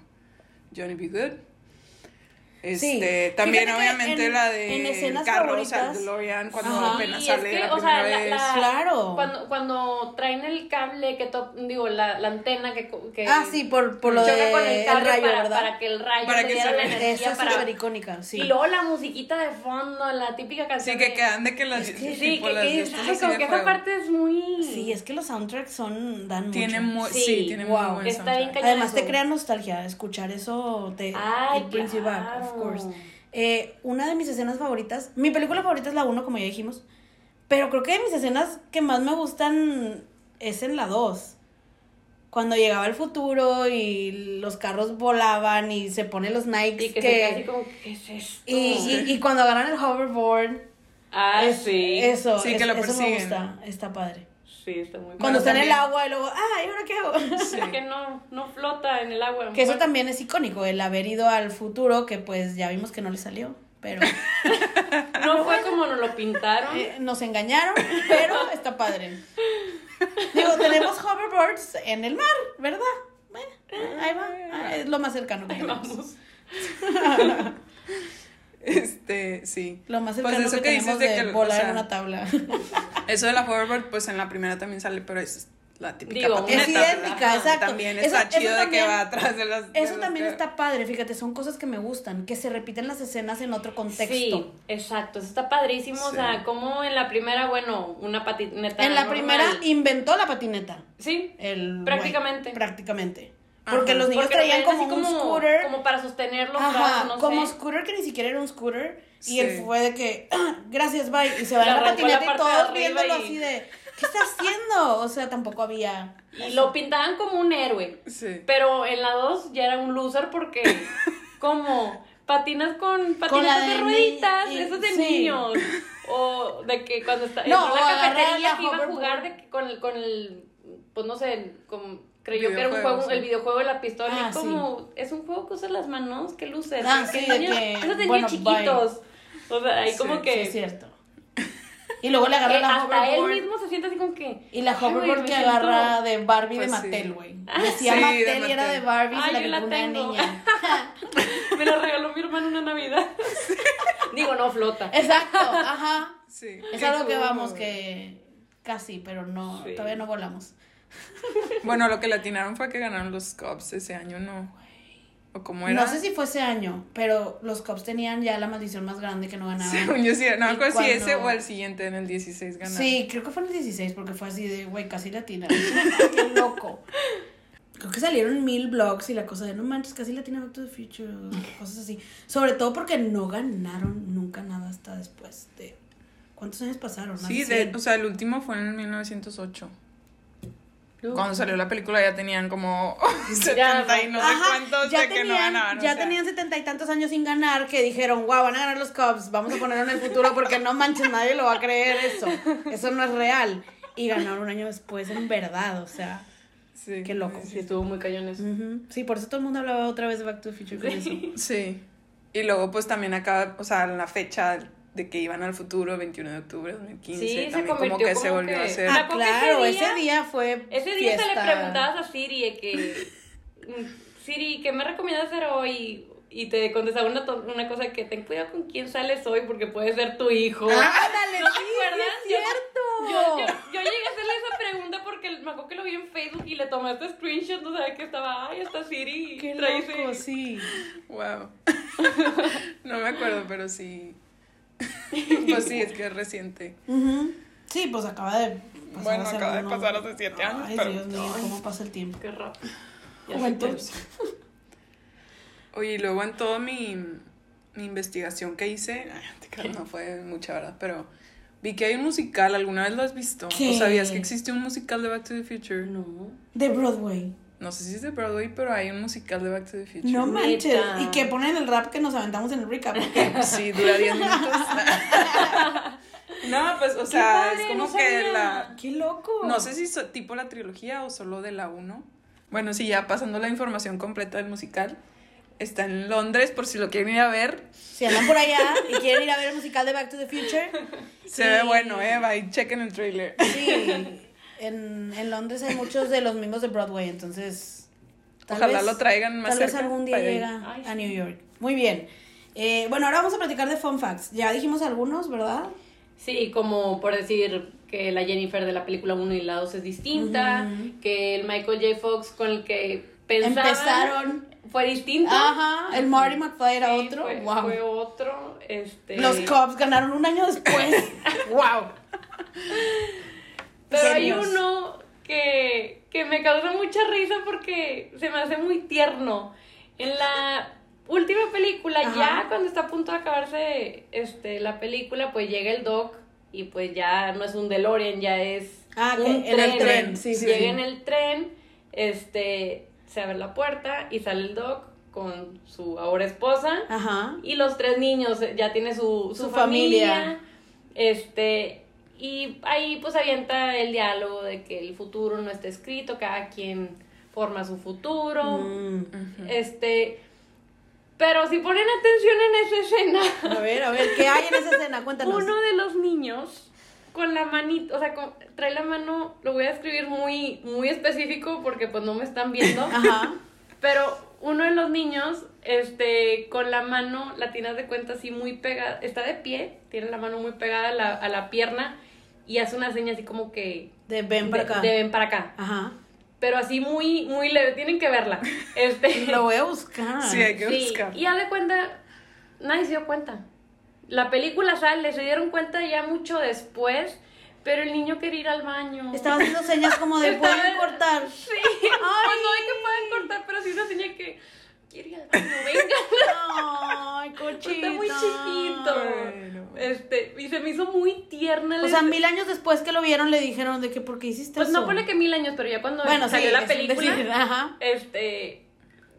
Johnny B. Good. Sí. Este, también Fíjate que obviamente en- la de en escenas Carros favoritas- al DeLorean cuando Ajá. apenas Sí, es sale que, la o primera sea, la- vez. la- Claro. Cuando, cuando traen el cable que to- digo, la, la antena que, co- que Ah, sí, por, por lo choca de con el el, cable rayo, para, ¿verdad? para que el rayo Para le que diera se la vea. energía Esa es para- súper icónica, sí. Y luego la musiquita de fondo, la típica canción. Sí, que de- quedan de que las. Sí, que, tipo, que las dices, estas "Ay, así como de este que esa fuego". parte es muy... Sí, es que los soundtracks son, dan Tiene mucho. muy. Sí, Sí, tiene wow. muy buen Está bien soundtrack. cañón Además te eso. crea nostalgia, escuchar eso te Ay, it brings you back, of claro. course. Eh, una de mis escenas favoritas, mi película favorita es la 1, como ya dijimos, pero creo que de mis escenas que más me gustan es en la 2. Cuando llegaba el futuro y los carros volaban y se ponen los Nikes Y que, que, se queda así como, ¿qué es esto? y, y- y cuando agarran el hoverboard, ah, es- sí. eso, Sí, es- que lo eso me persiguen. gusta, está padre. Sí, está muy Cuando Bueno, está en el también- agua y luego, ay, ¿ahora qué hago? Sí. que no, no flota en el agua. Que eso Bueno, también es icónico, el haber ido al futuro, que pues ya vimos que no le salió, pero No fue como nos lo pintaron. eh, nos engañaron, pero está padre. Digo, tenemos hoverboards en el mar, ¿verdad? Bueno, ahí va, ah, es lo más cercano que tenemos. Vamos. Este, sí. Lo más Pues cercano eso que, que dices tenemos de de, que, o volar sea, en una tabla. Eso de la hoverboard, pues en la primera también sale, pero es la típica Digo, patineta, es ¿verdad? idéntica, Ajá, exacto. También Eso- está eso chido de también- que va atrás de las. de Eso las también que- está padre, fíjate, son cosas que me gustan, que se repiten las escenas en otro contexto. Sí, exacto. Eso está padrísimo. O Sí. sea, como en la primera, bueno, una patineta. En la normal. primera inventó la patineta. Sí. El güey, Prácticamente. prácticamente. Ajá. Porque los niños Porque traían lo traen como, así un scooter. Como para sostenerlo. Ajá, para, no como sé. scooter que ni siquiera era un scooter. Sí. Y él fue de que, "Ah, gracias, bye. Y se va en Le la arrancó la patineta y parte de todos arriba viéndolo y- así de, ¿qué está haciendo? O sea, tampoco había. Y lo pintaban como un héroe. Sí. Pero en la 2 ya era un loser porque, como, patinas con patinetas la de, de rueditas, ni- y- eso es de sí. niños. O de que cuando está No, entró o la agarrar cafetería la que iba a hoverboard. jugar de que con, el- con el, pues no sé, con- creyó que era un Videojuego, juego, sí. el videojuego de la pistola. Ah, y sí. como, es un juego que usa las manos, que luces. Ah, porque sí, de niños- que, eso es de bueno, niños chiquitos. O sea, ahí Sí, como Sí, que. es cierto. Y luego le agarra que la hasta él hoverboard. mismo se siente así como que. Y la "Ay, güey, hoverboard me que siento- Ah, agarra de Barbie de Pues sí. Mattel, güey. Decía Sí, de Mattel y era Mattel. de Barbie, Ay, se la Ah, yo la pintó una tengo. niña. Me la regaló mi hermano una Navidad. Digo, no flota. Exacto, ajá. Sí. Es algo que Eso- vamos, que casi, pero no, Sí. todavía no volamos. Bueno, lo que le atinaron fue que ganaron los Cubs ese año, ¿no? O como era. No sé si fue ese año, pero los Cubs tenían ya la maldición más grande que no ganaban. Según yo sí, no me Y acuerdo si ese cuando- o el siguiente en el 16 Sí, ganaron. creo que fue en el 16 porque fue así de, güey, casi latina. Qué loco. Creo que salieron mil blogs y la cosa de, no manches, casi latina Back to the Future, cosas así. Sobre todo porque no ganaron nunca nada hasta después de... ¿Cuántos años pasaron? Más Sí, de de, cien. o sea, el último fue en el 1908. Uh. Cuando salió la película ya tenían como 70 y no sé Ajá, cuántos ya de que no tenían- ganaban. o Ya sea. tenían setenta y tantos años sin ganar que dijeron, guau, van a ganar los Cubs, vamos a ponerlo en el futuro porque no manches, nadie lo va a creer eso. Eso no es real. Y ganaron un año después, en verdad, o sea. Sí. Qué loco. Sí, estuvo muy cañón eso. ujú. Sí, por eso todo el mundo hablaba otra vez de Back to the Future con eso. Sí. Y luego, pues también acá, o sea, la fecha de que iban al futuro, 21 de octubre de 2015, Sí, se también como convirtió que como se volvió que- a hacer. Ah, Pero porque ese claro, día- ese día fue. Ese día se le fiesta. preguntabas a Siri de que. mm, Siri, ¿qué me recomiendas hacer hoy? Y te contestaba una, to- una cosa que ten cuidado con quién sales hoy porque puede ser tu hijo. Ándale, ¿No te sí, sí, acuerdas? es Yo- Yo, cierto. yo llegué a hacerle esa pregunta porque me acuerdo que lo vi en Facebook y este le tomaste screenshot, o sea, que estaba, ay, está Siri. Qué trae ese- loco, sí. Wow. No me acuerdo, pero sí. Pues sí, es que es reciente. Ujú. Sí, pues acaba de pasar Bueno, hace acaba de algunos- pasar hace siete años, Ay, pero- Dios mío, cómo pasa el tiempo. Qué rápido. Ya Juventud. sé Oye, y luego en toda mi, mi investigación que hice, ay, te creo, no fue mucha verdad, pero vi que hay un musical, ¿alguna vez lo has visto? ¿Qué? ¿O sabías que existe un musical de Back to the Future? que- No. De Broadway. No sé si es de Broadway, pero hay un musical de Back to the Future. No manches. Neta. Y que ponen el rap que nos aventamos en el recap. Sí, dura 10 minutos. no, pues, o sea, padre, es como no que sabía. la... ¡Qué loco! No sé si so- tipo la trilogía o solo de la 1. Bueno, sí, ya pasando la información completa del musical. Está en Londres, por si lo quieren ir a ver. Si andan por allá y quieren ir a ver el musical de Back to the Future, Se Sí. ve bueno, eh, va y chequen el trailer. sí. En, en Londres hay muchos de los mismos de Broadway, entonces. tal Ojalá vez- lo traigan más Tal vez cerca algún día para ir. llega Ay, a sí. New York. Muy bien. Eh, bueno, ahora vamos a platicar de fun facts. Ya dijimos algunos, ¿verdad? Sí, como por decir que la Jennifer de la película 1 y la 2 es distinta, que el Michael J. Fox con el que pensaban Empezaron. fue distinto. Ajá, el Marty McFly era Sí, otro. Fue, wow. fue otro. Este, Los Cubs ganaron un año después. wow. Pero hay serios. uno que, que me causa mucha risa porque se me hace muy tierno. En la última película, Ajá. ya cuando está a punto de acabarse este, la película, pues llega el Doc y pues ya no es un DeLorean, ya es Ah, un que en el tren, sí, sí, llega sí. en el tren, este, se abre la puerta y sale el Doc con su ahora esposa. Ajá. Y los tres niños, eh, ya tiene su, su, Su familia. familia. Este, y ahí pues avienta el diálogo de que el futuro no está escrito, cada quien forma su futuro. Mm. Este, pero si ponen atención en esa escena, A ver, a ver, ¿qué hay en esa escena? Cuéntanos. uno de los niños con la manita, o sea, con- trae la mano, lo voy a escribir muy, muy específico porque pues no me están viendo. Ajá. Pero uno de los niños, este, con la mano, la tiene haz de cuenta así muy pegada, está de pie, tiene la mano muy pegada a la, a la pierna y hace una seña así como que... De ven para de- acá. De, ven para acá. Ajá. Pero así muy, muy leve, tienen que verla. Este, Lo voy a buscar. Sí, hay que sí, buscar. y haz de cuenta, nadie se dio cuenta. La película sale, se dieron cuenta ya mucho después, pero el niño quería ir al baño. Estaba haciendo señas como de Estaba- pueden cortar. Sí, pues no de que puedan cortar, pero sí una seña que... Quiero ir al baño, venga. Ay, cochito. Está muy chiquito. Bueno. Este, y se me hizo muy tierna. la O sea, escena. mil años después que lo vieron le dijeron de que por qué hiciste pues eso. no pone que mil años, pero ya cuando Bueno, salió sí, la es película. decir, ajá. Este,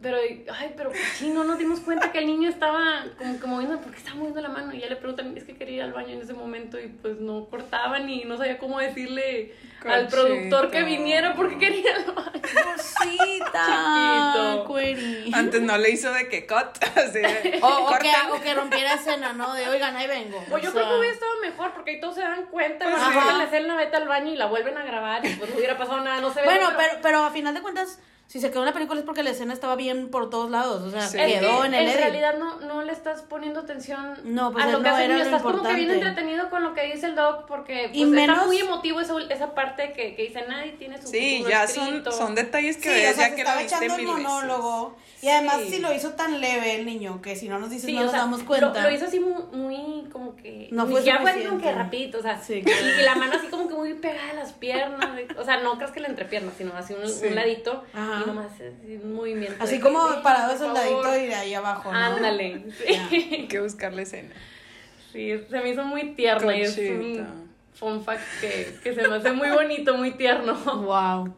pero, ay, pero sí, no nos dimos cuenta que el niño estaba como que moviendo, porque estaba moviendo la mano. Y ya le preguntan, es que quería ir al baño en ese momento y pues no cortaban y no sabía cómo decirle al Cochito. productor que viniera porque quería ir al baño. Cosita. Chiquito. Query. Antes no le hizo de que cut, así de, "Oh, O, o que, corten. o que rompiera escena, ¿no? De oigan, ahí vengo. O Pues yo sea, creo que hubiera estado mejor porque ahí todos se dan cuenta, Pues cuando sí. cortan la escena, vete al baño y la vuelven a grabar y pues no hubiera pasado nada, no se ve. Bueno, nada, pero, pero a final de cuentas, si se quedó en la película es porque la escena estaba bien por todos lados. O sea, Sí. Es quedó que en el edit. realidad no, no le estás poniendo atención No, pues, a lo no que hace el era niño. lo Estás como que bien importante. entretenido con lo que dice el doc porque pues, Y menos- está muy emotivo esa, esa parte que, que dice nadie tiene su Sí, futuro ya son, escrito". son detalles que Sí, ves o sea, se ya que lo estaba viste echando el mil veces. monólogo. Y además, Sí. si lo hizo tan leve el niño, que si no nos dices, Sí, no o nos sea, damos cuenta. Lo, lo hizo así muy, muy como que. No ni fue siquiera fue así como que suficiente. rapidito, o sea. Sí, y- claro. Y la mano así como que muy pegada a las piernas. de- O sea, no creas que la entrepierna, sino así un, Sí. un ladito. Ajá. Y nomás así un movimiento. Así de como que, "Ey, parado por de soldadito favor". y de ahí abajo. ¿no? Ándale. Sí. Hay que buscar la escena. Sí, se me hizo muy tierna y es Conchita. un fun fact que, que se me hace muy bonito, muy tierno. Wow.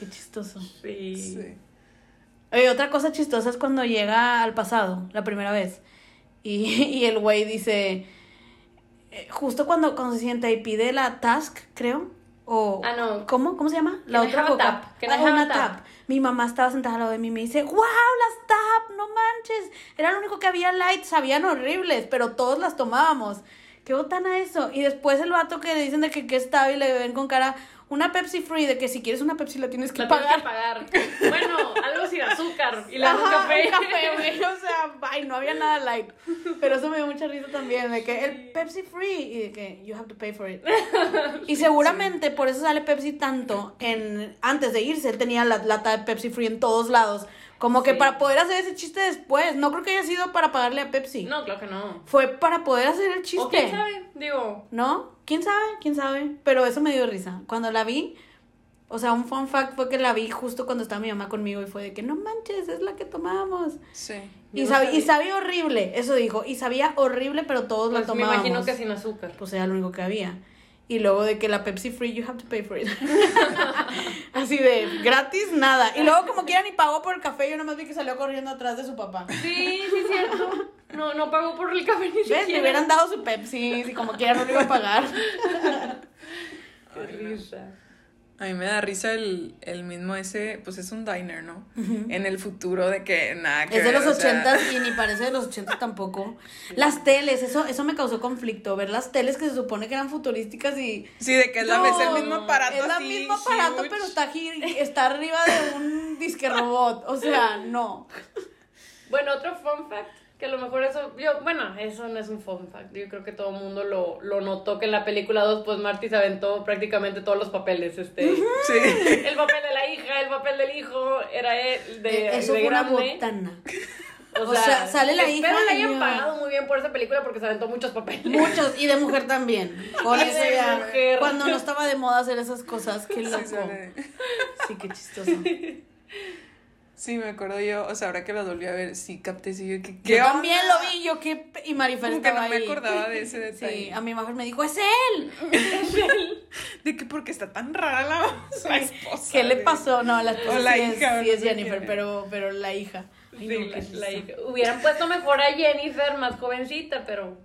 Qué chistoso. Sí. Sí. Oye, Eh, otra cosa chistosa es cuando llega al pasado, la primera vez. Y, y el güey dice. eh, Justo cuando, cuando se sienta y pide la task, creo. O, Ah, no. ¿Cómo? ¿Cómo se llama? La Can I otra have a coca. tap? Can I Ah, have una a tap? tap. Mi mamá estaba sentada al lado de mí y me dice, ¡Wow! ¡Las tap! ¡No manches! Era lo único que había light, sabían horribles, pero todos las tomábamos. ¿Qué botana eso? Y después el vato que le dicen de que, que estaba y le ven con cara, una Pepsi free, de que si quieres una Pepsi la tienes que La tienes que pagar. pagar. Bueno, algo sin azúcar y la de un Ajá, café. un café, güey, O sea, ay, no había nada light. Pero eso me dio mucha risa también, de que el Pepsi free y de que you have to pay for it. Y seguramente por eso sale Pepsi tanto en antes de irse, él tenía la lata de Pepsi free en todos lados, como que Sí. para poder hacer ese chiste después. No creo que haya sido para pagarle a Pepsi. No, claro que no. Fue para poder hacer el chiste. O quién sabe, digo, ¿No? ¿Quién sabe? ¿Quién sabe? Pero eso me dio risa. Cuando la vi, o sea, un fun fact fue que la vi justo cuando estaba mi mamá conmigo y fue de que no manches, es la que tomamos. Sí. Y, Yo no sab- y sabía. sabía horrible, eso dijo. Y sabía horrible, pero todos la pues me tomábamos. imagino que sin azúcar. Pues era lo único que había. Y luego de que la Pepsi Free, you have to pay for it. Así de gratis, nada. Y luego, como quiera, ni pagó por el café. Yo nomás vi que salió corriendo atrás de su papá. Sí, sí es cierto. No, no pagó por el café ni ¿Ves? siquiera. Le hubieran dado su Pepsi. Si como quiera, no lo iba a pagar. Qué risa. A mí me da risa el, el mismo ese, pues es un diner, ¿no? En el futuro de que nada que Es de ver, los o sea, ochentas y ni parece de los ochentas tampoco. Las teles, eso, eso me causó conflicto. Ver las teles que se supone que eran futurísticas y. Sí, de que es, la, No, es el mismo aparato Es el así, mismo aparato, huge. pero está, gi- está arriba de un disque robot. O sea, no. Bueno, otro fun fact, que a lo mejor eso, yo, bueno, eso no es un fun fact, yo creo que todo el mundo lo, lo notó que en la película 2, pues Marty se aventó prácticamente todos los papeles, este, Sí. el papel de la hija, el papel del hijo, era el de, Eh, Eso de fue una grande. botana. o sea, sale la espero hija le y yo- hayan pagado muy bien por esa película porque se aventó muchos papeles. Muchos, y de mujer también. Con Y de eso ya. mujer. Cuando no estaba de moda hacer esas cosas, qué loco. Sí, sale. Sí, qué chistoso. Sí, me acuerdo yo, o sea, ahora que lo volví a ver, sí capté, sí, yo que... Yo ¿qué onda? también lo vi, yo qué. pe- Y Marifel Como que estaba no me ahí. acordaba de ese detalle. Sí, a mi mujer me dijo, ¡es él! De que porque está tan rara la, la esposa. ¿Qué le de- pasó? No, la esposa O la sí, hija, es, no sí es sé Jennifer, quién. pero, pero la hija. Ay, Sí, no, la- qué la risa. hija. Hubieran puesto mejor a Jennifer, más jovencita, pero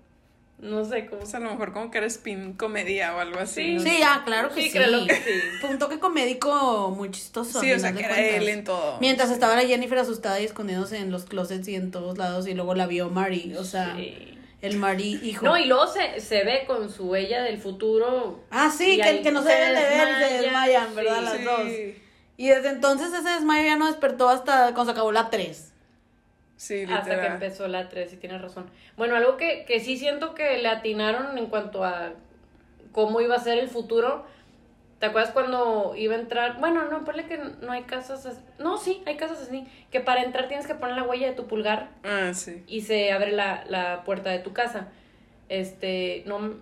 no sé cómo. O sea, a lo mejor como que era spin comedia o algo así. Sí. ¿no? Sí, ah, claro que sí. Sí, creo que sí. Fue un toque comédico muy chistoso. Sí, a o sea, final que de era cuentas. él en Oh, todo. Mientras estaba la Jennifer asustada y escondiéndose en los closets y en todos lados, y luego la vio Mary, o sea, Sí. el Mary hijo. No, y luego se, se ve con su ella del futuro. Ah, sí, Y que el ahí que no se deben de ver se desmaya, desmayan, ¿verdad? Las Sí. dos. Y desde entonces ese desmayo ya no despertó hasta cuando se acabó la 3. Sí, literal. Hasta que empezó la 3, y tienes razón. Bueno, algo que, que sí siento que le atinaron en cuanto a cómo iba a ser el futuro. ¿Te acuerdas cuando iba a entrar? Bueno, no, ponle que no hay casas as- No, sí, hay casas así. Que para entrar tienes que poner la huella de tu pulgar Ah, sí. y se abre la, la puerta de tu casa. Este, no.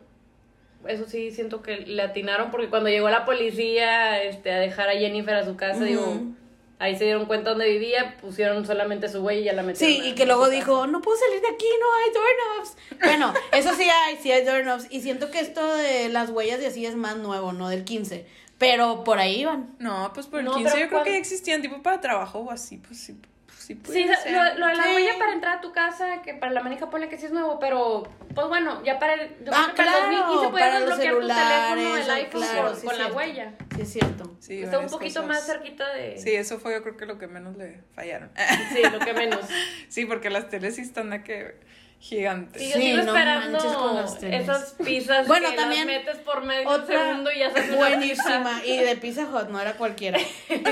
Eso sí siento que le atinaron porque cuando llegó la policía este, a dejar a Jennifer a su casa, digo, Ujú. ahí se dieron cuenta dónde vivía, pusieron solamente su huella y ya la metieron. Sí, a- y que a luego su casa. dijo, no puedo salir de aquí, no hay doorknobs. Bueno, eso sí hay, sí hay doorknobs. Y siento que esto de las huellas y así es más nuevo, ¿no? Del 15. Pero por ahí iban. No, pues por el No, 15 yo pero creo que cuál- ya existían, tipo para trabajo o así, pues sí, pues, sí Sí, puede ser. lo, lo de la Sí. huella para entrar a tu casa, que para la manija ponle que sí es nuevo, pero pues bueno, ya para el, yo Ah, creo que para el claro, 2015 para podías los desbloquear tu teléfono, celulares, el ah, iPhone claro, con, sí, con la cierto. huella. Sí, es cierto. Sí, Está un varias poquito cosas. más cerquita de... Sí, eso fue yo creo que lo que menos le fallaron. Sí, lo que menos. sí, porque las teles sí están de que gigantes. Sí, yo Sí, sigo no esperando manches con las teles. esas pizzas Bueno, que también las metes por medio otra segundo y ya se hace una pizza. Buenísima. Y de Pizza Hut, no era cualquiera.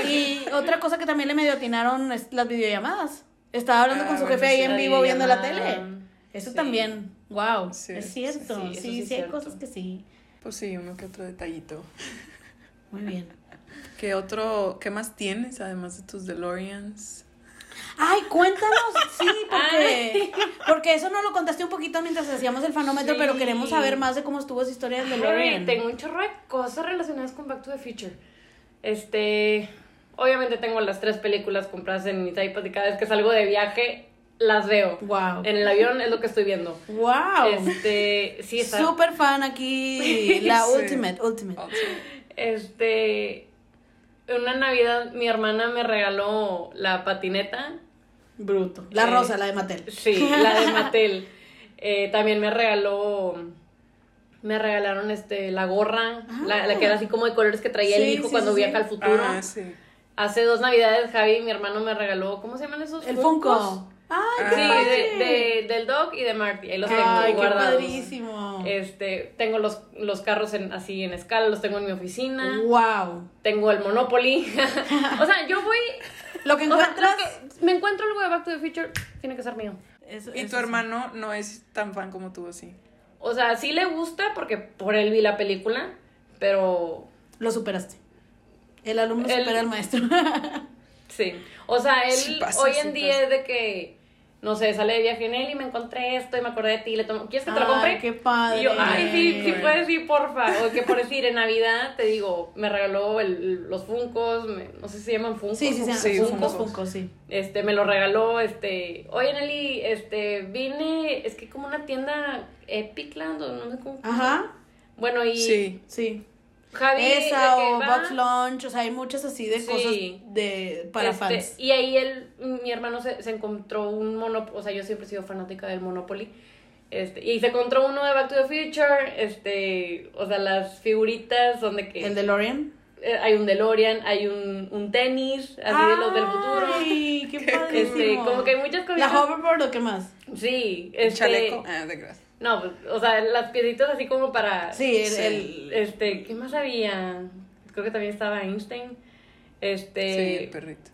Y otra cosa que también le medio atinaron es las videollamadas. Estaba hablando Ah, con su bueno, jefe ahí sí, en la vivo viendo la videollamada. tele. Eso Sí. también. Wow. Sí, es cierto. sí, Sí, sí, eso sí es hay cierto. cosas que sí. Pues sí, uno que otro detallito. Muy bien. ¿Qué otro, qué más tienes además de tus DeLoreans? Ay, cuéntanos, sí, porque, porque eso nos lo contaste un poquito mientras hacíamos el fanómetro, Sí. pero queremos saber más de cómo estuvo esa historia del Ay, DeLorean. tengo un chorro de cosas relacionadas con Back to the Future. Este, obviamente tengo las tres películas compradas en mis iPads y cada vez que salgo de viaje las veo. Wow. En el avión es lo que estoy viendo. Wow. Este, sí está. Super fan aquí, la Sí. ultimate, ultimate. Este, una Navidad mi hermana me regaló la patineta. Bruto. La Sí. rosa, la de Mattel. Sí, la de Mattel. Eh, también me regaló. Me regalaron este, la gorra, Ah. la, la que era así como de colores que traía Sí, el hijo sí, cuando sí, viaja sí. al futuro. Ah, sí. Hace dos navidades Javi, mi hermano, me regaló, ¿cómo se llaman esos? El Funkos? Funko. Ay, Ah, Sí, de, de- del Doc y de Marty. Ahí los tengo Ay, qué guardados. padrísimo. Este, tengo los, los carros en, así en escala, los tengo en mi oficina. Uh. Wow. Tengo el Monopoly. o sea, yo voy. Lo que o sea, encuentras. lo que- me encuentro algo de Back to the Future, tiene que ser mío. Eso- Y eso sí. tu hermano no es tan fan como tú, sí. O sea, sí le gusta porque por él vi la película, pero Lo superaste. El alumno El- supera al maestro. sí. O sea, él Sí pasa, hoy sí en día pasa. es de que, no sé, sale de viaje en él y me encontré esto y me acordé de ti. Le tomo, ¿Quieres que te lo compre? Ay, qué padre. Y yo, ay, sí, sí Bueno. puedes, sí, porfa. O que por decir, en Navidad, te digo, me regaló el- los Funcos, no sé si se llaman Funcos. Sí, sí, sí. Sí, Funko, Funkos. Funko, sí. Este, me lo regaló, este, oye, Nelly, este, vine, es que como una tienda Epicland, o no sé cómo. Ajá, Bueno, y Sí. sí. Javi, Esa de que o va, Box Launch, o sea, hay muchas así de Sí. cosas de, para este, fans. Y ahí él, mi hermano se, se encontró un Monopoly, o sea, yo siempre he sido fanática del Monopoly. Este, y se encontró uno de Back to the Future, este, o sea, las figuritas donde que... El DeLorean. Eh, hay un DeLorean, hay un, un tenis, así de los del futuro. Ay, qué padrísimo. Este, como que hay muchas cosas. La hoverboard o qué más. Sí, El este, chaleco. Ah, de gracia. No, pues, o sea, las piedritas así como para. Sí, el, Sí. el- Este, ¿qué más había? Creo que también estaba Einstein. Este. Sí, el perrito.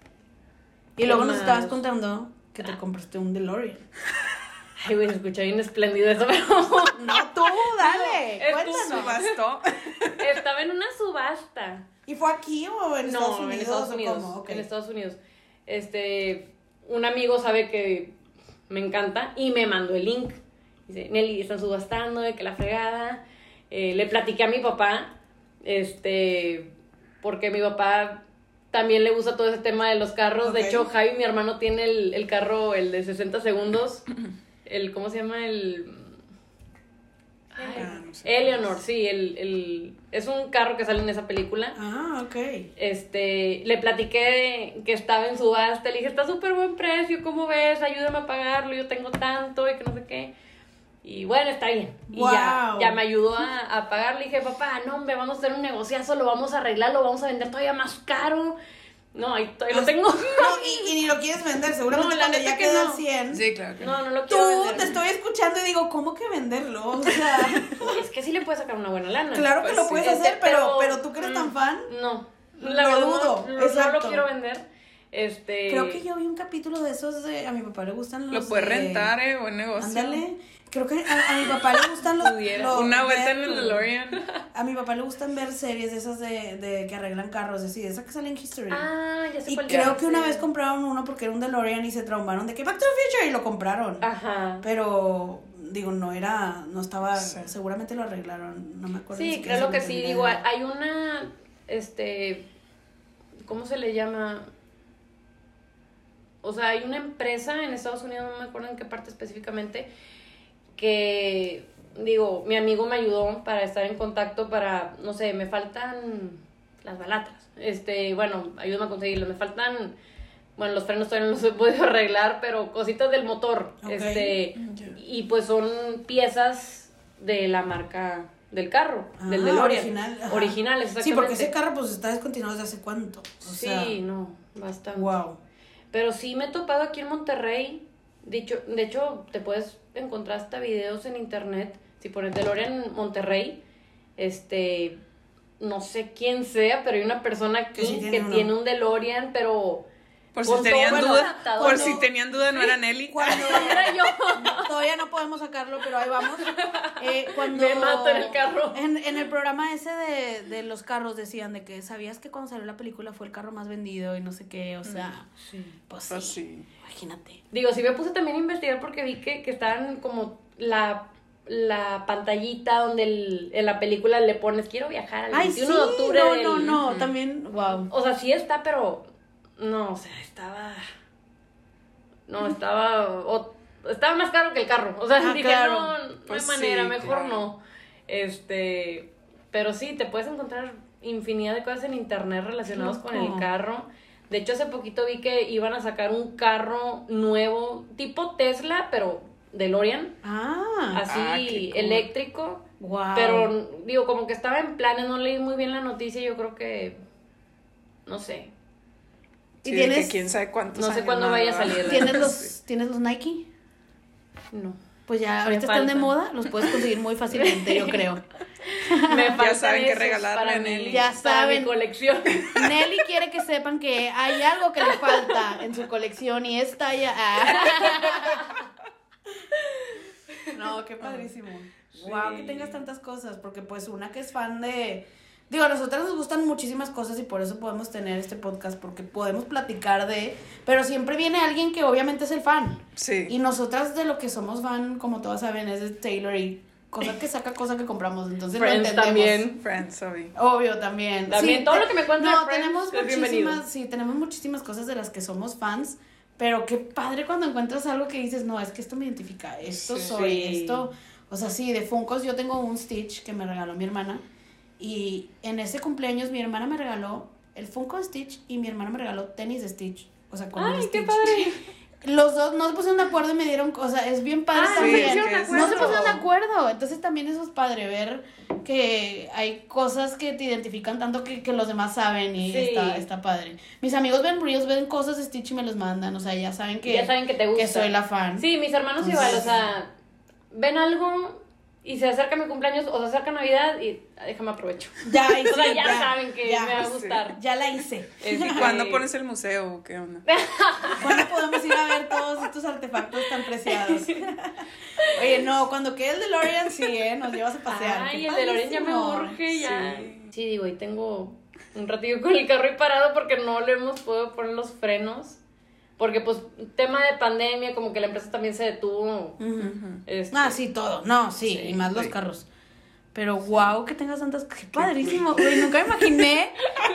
y luego nos más? estabas contando que te compraste un DeLorean. Ay, güey, se escucha bien espléndido eso, pero. No, tú, dale. es tu cuéntanos. Bastó. estaba en una subasta. ¿Y fue aquí o en no, Estados Unidos? en Estados o Unidos. cómo? Ok. En Estados Unidos. Este, un amigo sabe que me encanta y me mandó el link. Dice, Nelly, están subastando, de que la fregada. Eh, le platiqué a mi papá, este, porque mi papá también le gusta todo ese tema de los carros. Ok. De hecho, Javi, mi hermano, tiene el, el carro, el de 60 segundos. El, ¿cómo se llama? El... Ay, Ah, no sé. Eleanor, sí, el, el, es un carro que sale en esa película. Ah, ok. Este, le platiqué de que estaba en subasta, le dije, está súper buen precio, ¿cómo ves? Ayúdame a pagarlo, yo tengo tanto y que no sé qué. Y bueno, está bien. Y ya, Wow. ya me ayudó a, a pagar. Le dije, papá, no, hombre, vamos a hacer un negociazo, lo vamos a arreglar, lo vamos a vender todavía más caro. No, ahí Ah. todavía lo tengo. No, y, y ni lo quieres vender, seguramente No, la cuando neta ya que queda no. 100. Sí, claro que No, no lo Tú quiero vender. te estoy escuchando y digo, ¿cómo que venderlo? O sea, Y Es que sí le puedes sacar una buena lana. claro que Pues lo sí. puedes Este, hacer, pero, pero- pero tú que eres tan fan, No, Lo la verdad dudo, no, lo- no lo exacto. quiero vender. Este, creo que yo vi un capítulo de esos de a mi papá le gustan los Lo puedes de- rentar, eh, buen negocio. Ándale. Creo que a, a mi papá le gustan los, los- Una vuelta en el ver- DeLorean. A mi papá le gustan ver series de esas de, de que arreglan carros, así, de esas que salen en History. Ah, ya sé y cuál creo ya, que una sí. vez compraron uno porque era un DeLorean y se traumaron de que Back to the Future y lo compraron. Ajá. Pero digo, no era, no estaba, Sí. seguramente lo arreglaron, no me acuerdo. ni Sí, siquiera si claro que lo sí. terminé. Digo, hay- hay una, este, ¿cómo se le llama? O sea, hay una empresa en Estados Unidos, no me acuerdo en qué parte específicamente, que, digo, mi amigo me ayudó para estar en contacto para, no sé, me faltan las balatas. Este, bueno, ayúdame a conseguirlas. Me faltan, bueno, los frenos todavía no los he podido arreglar, pero cositas del motor. Ok. Este, Ya. y pues son piezas de la marca del carro, Ah, del DeLorean. original, ajá. Original, Sí, porque exactamente. ese carro pues está descontinuado desde hace cuánto. O Sí, sea, no, bastante. wow. Pero sí me he topado aquí en Monterrey. Dicho, de hecho, te puedes encontrar hasta videos en internet. Si pones DeLorean Monterrey, este. No sé quién sea, pero hay una persona aquí Que sí tiene que uno. tiene un DeLorean, pero. Por Con si todo tenían el dudas, adaptador. por Cuando- si tenían dudas no era Nelly. Cuando Era yo. todavía no podemos sacarlo, pero ahí vamos. Eh, cuando Me mato en el carro. En, en el programa ese de, de los carros decían de que sabías que cuando salió la película fue el carro más vendido y no sé qué, o sea, Mm. pues sí. Ah, Pues sí. Imagínate. Digo, sí me puse también a investigar porque vi que, que estaban como la, la pantallita donde el- en la película le pones quiero viajar al Ay, sí, 21 de octubre. no, del-". no, no, Ujú. también, wow. O sea, sí está, pero no, o sea, estaba. No, estaba. o- estaba más caro que el carro. O sea, Ah, dije, claro. no, no Pues hay manera, sí, mejor claro. no. Este. Pero sí, te puedes encontrar infinidad de cosas en internet relacionadas con el loco. carro. De hecho, hace poquito vi que iban a sacar un carro nuevo, tipo Tesla, pero DeLorean, Ah, así ah, qué cool. eléctrico. wow. Ah. Pero digo, como que estaba en planes, no leí muy bien la noticia, yo creo que, no sé. Y Sí, de que tienes, quién sabe cuántos No sé años cuándo más vaya a va. salir la- tienes los, tienes los Nike. No. Pues ya ahorita Me están de faltan. moda, los puedes conseguir muy fácilmente, yo creo. Me faltan saben qué esos regalarle para a mi- Nelly. Ya para saben. Mi colección. Nelly quiere que sepan que hay algo que le falta en su colección y es talla A. No, qué padrísimo. Wow, que tengas tantas cosas, porque pues una que es fan de... Digo, a nosotras nos gustan muchísimas cosas y por eso podemos tener este podcast, porque podemos platicar de... Pero siempre viene alguien que obviamente es el fan. Y Sí. nosotras de lo que somos fan, como todas saben, es de Taylor y cosa que saca, cosa que compramos. Entonces lo Friends entendemos. también. Friends, obvio. Obvio, también. También, todo lo que me cuentan No, de Friends tenemos es bienvenido. muchísimas, sí, tenemos muchísimas cosas de las que somos fans, pero qué padre cuando encuentras algo que dices, no, es que esto me identifica, esto Sí. soy, Sí. esto. O sea, sí, de Funkos yo tengo un Stitch que me regaló mi hermana y en ese cumpleaños mi hermana me regaló el Funko de Stitch y mi hermana me regaló tenis de Stitch. O sea, con el Ay, qué Stitch. padre. Los dos no se pusieron de acuerdo y me dieron, o sea, es bien padre Ah, sí, también. es que es No se Acuerdo. pusieron de acuerdo. Entonces también eso es padre, ver que hay cosas que te identifican tanto que, que los demás saben y Sí. está, está padre. Mis amigos ven reels, ven cosas de Stitch y me los mandan. O sea, ya saben que, ya saben que te gusta. que soy la fan. Sí, mis hermanos Entonces- igual, o sea, ven algo y se acerca mi cumpleaños o se acerca Navidad y ah, déjame aprovecho. Ya, O sea, hice, ya, saben que ya, me va a sí. gustar. ya la hice. Es ¿Y que- cuándo pones el museo o qué onda? ¿Cuándo podemos ir a ver todos estos artefactos tan preciados? Oye, no, cuando quede el DeLorean, sí, ¿eh? Nos llevas a pasear. Ay, Qué el de Loren ya me padrísimo. urge, ya. Sí. Sí, digo, y tengo un ratillo con el carro ahí parado porque no le hemos podido poner los frenos. Porque, pues, tema de pandemia, como que la empresa también se detuvo. Ujú. este, Ah, sí, todo. No, sí, Sí, y más los sí. carros. Pero wow, que tengas tantas qué padrísimo, güey. Nunca me imaginé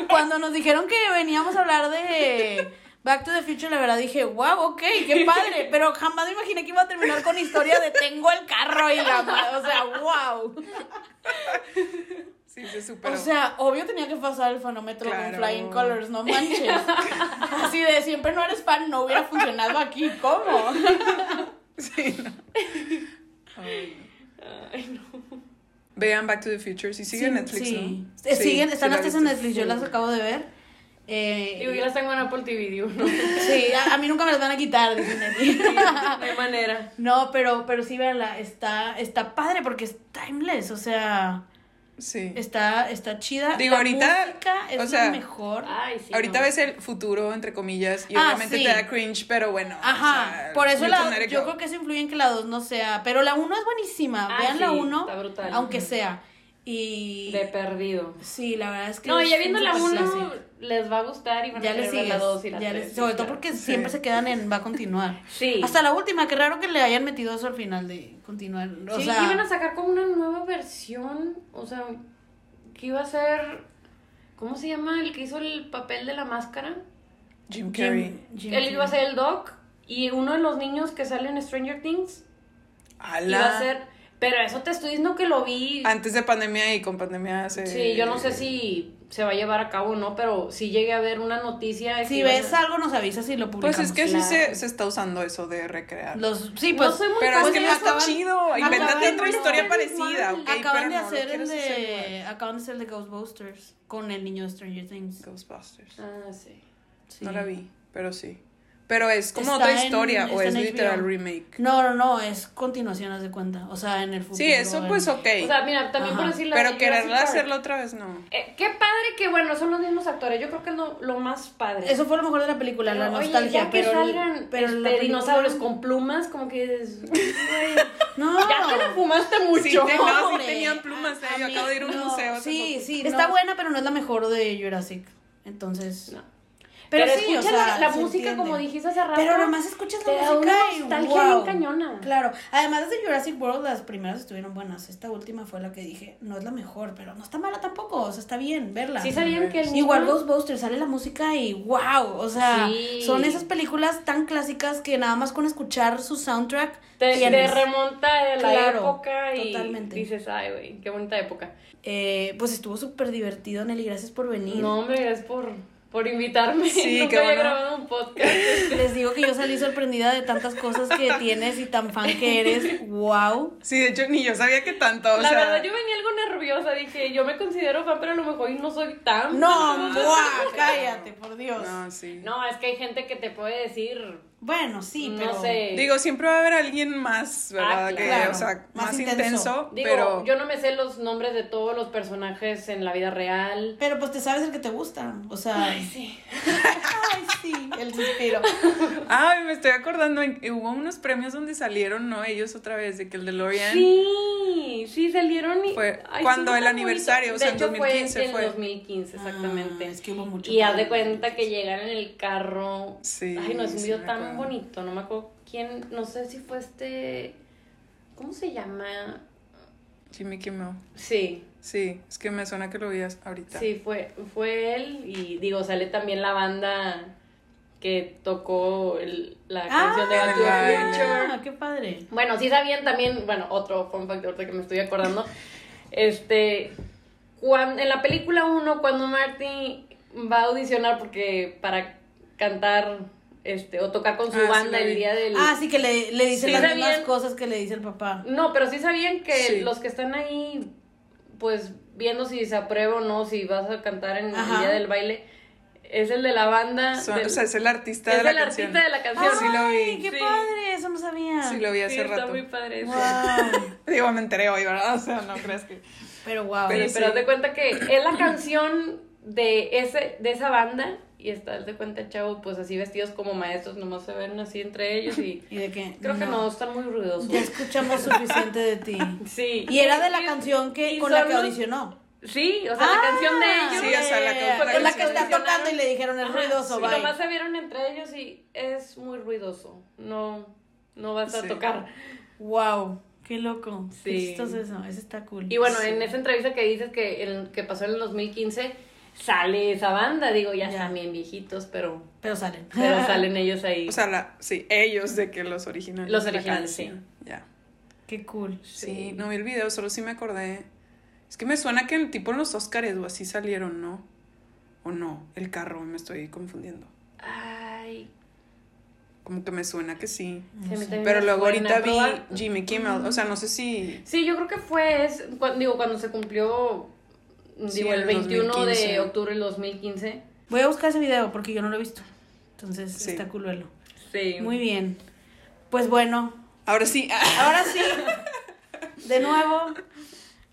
cuando nos dijeron que veníamos a hablar de Back to the Future, la verdad dije, wow, ok, qué padre. Pero jamás me imaginé que iba a terminar con historia de tengo el carro y la ma- O sea, wow. Sí, se superó. O sea, obvio tenía que pasar el fenómetro Claro. con Flying Colors, no manches. Así de siempre no eres fan, no hubiera funcionado aquí. ¿Cómo? Sí, no. Ay, no. ay, no. Vean Back to the Future. Si siguen Netflix, sí. ¿no? Eh, Sí, siguen, sí están la las tres en viste. Netflix, yo las acabo de ver. Eh, Digo, yo las tengo en Apple TV, digo, no, Sí, a, a mí nunca me las van a quitar, dice Nelly. no hay manera. No, pero, pero sí, verla, está, está padre porque es timeless, o sea, Sí. está, está chida. Digo, La ahorita, música es o la sea, mejor. Ay, sí. Ahorita no. ves el futuro, entre comillas, y Ah, obviamente sí. te da cringe, pero bueno. Ajá, o sea, por eso you la, can let it yo go. creo que eso influye en que la 2 no sea, pero la 1 es buenísima, Ah, vean sí, la 1, está brutal. aunque sea. Y De perdido. sí, la verdad es que No, es ya viendo la un 1 superclásico. les va a gustar y van ya a le querer ver sigues, la 2 y la ya le- 3. sobre todo porque siempre se quedan en va a continuar. Sí. Hasta la última, qué raro que le hayan metido eso al final de continuar. O sí, sea, iban a sacar como una nueva versión, o sea, que iba a ser ¿Cómo se llama el que hizo el papel de la máscara? Jim Jim- Carrey. Jim Él iba a Carrey. ser el Doc y uno de los niños que sale en Stranger Things Ala. iba a ser, pero eso te estoy diciendo que lo vi. Antes de pandemia y con pandemia se... Sí, yo no sé si se va a llevar a cabo o no, pero sí llegué a ver una noticia. de que Si iban a- ves algo, nos avisas y lo publicamos. Pues es que sí Claro. se, se está usando eso de recrear. Los, sí, No pues. soy muy Pero es fan que de no está eso. chido. Invéntate acaban otra de- historia no, parecida, ok. acaban pero de no lo hacer el quieres hacer igual. de. Acaban de hacer el de Ghostbusters con el niño de Stranger Things. Ghostbusters. Ah, sí. Sí. No la vi, pero sí. Pero es como Está otra en- historia o está es en literal HBO. remake. No, no, no, es continuación, haz de cuenta. O sea, en el futuro. Sí, eso en- pues ok. O sea, mira, también Ajá. por decir la pero de quererla Jurassic Park. hacerlo otra vez no. Eh, qué padre que, bueno, son los mismos actores. Yo creo que es lo, lo más padre. Eso fue lo mejor de la película, la Pero, oye, nostalgia. ya que pero el- salgan pero la este, película- dinosaurios con plumas, como que dices, güey, No, ya te la fumaste mucho. Sí, te- no, sí hombre. tenían plumas, eh, A- a yo mí- acabo de ir a un no, museo hace Sí, poco. sí. Está Está buena, pero no es la mejor de Jurassic. Entonces. No. Pero, Pero, sí, o escucha sea, la, la se música, entiende. como dijiste hace rato. Pero nomás escuchas te la da música una y nostalgia wow. bien cañona. Claro. Además de Jurassic World, las primeras estuvieron buenas. Esta última fue la que dije, no es la mejor, pero no está mala tampoco. O sea, está bien verla. Sí sabían que el niño- Igual Ghostbusters sale la música y wow, o sea, Sí. son esas películas tan clásicas que nada más con escuchar su soundtrack te, te tienes. remonta a la Claro, época y totalmente. dices, ay, güey, qué bonita época. Eh, pues estuvo súper divertido, Nelly, gracias por venir. No, hombre, es por por invitarme. Sí, Nunca qué había bueno. grabado un podcast. Les digo que yo salí sorprendida de tantas cosas que tienes y tan fan que eres. ¡Wow! Sí, de hecho, ni yo sabía que tanto. O la sea, verdad, yo venía algo nerviosa. Dije, yo me considero fan, pero a lo mejor y no soy tan. No, fan. guau, cállate, por Dios. No, sí. No, es que hay gente que te puede decir. Bueno, sí, no pero. sé. Digo, siempre va a haber alguien más, ¿verdad? Eh, Ah, que, claro. o sea, Más más, intenso. intenso, Digo, pero... yo no me sé los nombres de todos los personajes en la vida real. Pero pues te sabes el que te gusta. O sea. Ay, Sí. sí, Ah, el suspiro. Ay, me estoy acordando, en- hubo unos premios donde salieron, ¿no? Ellos otra vez, de que el DeLorean... Sí, sí, salieron y... Fue Ay, cuando sí, el fue aniversario, bonito. o sea, De en hecho, 2015 fue. fue. En 2015, exactamente. Ah, es que hubo mucho. Y haz de cuenta que llegan en el carro. Sí, Ay, no, es un sí video me tan acuerdo. bonito. No me acuerdo quién. No sé si fue este. ¿Cómo se llama? Jimmy Kimmel. Sí, Sí, es que me suena que lo veías ahorita. sí, fue, fue él. Y digo, sale también la banda que tocó el- la canción de Back to the Ah, Future. Ah, qué padre. Bueno, sí sabían también, bueno, otro fun fact ahorita que me estoy acordando. Este, cuan- en la película 1, cuando Marty va a audicionar porque para cantar este o tocar con su Ah, sí banda la el vi. día del Ah, sí, que le, le dicen Sí, las está mismas bien. cosas que le dice el papá. No, pero sí sabían que Sí. los que están ahí pues viendo si se aprueba o no, si vas a cantar en Ajá. el día del baile es el de la banda Son- ah, del- o sea, es el artista es de la el canción. Ah, artista de la canción. Sí lo Ay, vi. qué Sí. padre, eso no sabía. Sí lo vi Sí, hace está rato. muy padre. eso. Wow. Digo, me enteré hoy, ¿verdad? O sea, no creas que... Pero wow. Sí, Pero pero sí. haz de cuenta que es la canción de ese de esa banda y está haz de cuenta el chavo pues así vestidos como maestros nomás se ven así entre ellos y ¿Y de qué? creo que no están muy ruidosos Ya escuchamos suficiente de ti. sí Y era de la Y- canción que y con son la que los- audicionó. sí o sea la canción de Ah. ellos Sí, o sea, la que- Fue con la que está audicionaron. tocando y le dijeron el Ajá, ruidoso, sí. bye. nomás se vieron entre ellos y es muy ruidoso no no vas a Sí. tocar Wow, qué loco. Qué Sí. chistoso eso, eso está cool. y bueno en esa entrevista que dices que el, que pasó en el 2015 sale esa banda digo ya, Ya. están bien viejitos pero Pero salen. pero salen ellos ahí O sea, la, sí, ellos de que los originales. Los de la originales, sí. canción. Ya. Qué cool. Sí, no vi el video, solo sí me acordé. Es que me suena que el tipo en los Óscares o así salieron, ¿no? O no, el carro, me estoy confundiendo. Ay, Como que me suena que sí. sí, a mí también Pero me luego suena, ahorita pero va- vi Jimmy Kimmel, o sea, no sé si... Sí, yo creo que fue, es, cuan- digo, cuando se cumplió, Sí, digo, el el 21 de 2015. octubre del 2015. Voy a buscar ese video porque yo no lo he visto. Entonces Sí. está cool verlo. Sí. Muy bien. Pues bueno, Ahora sí, ah, ahora sí. De nuevo.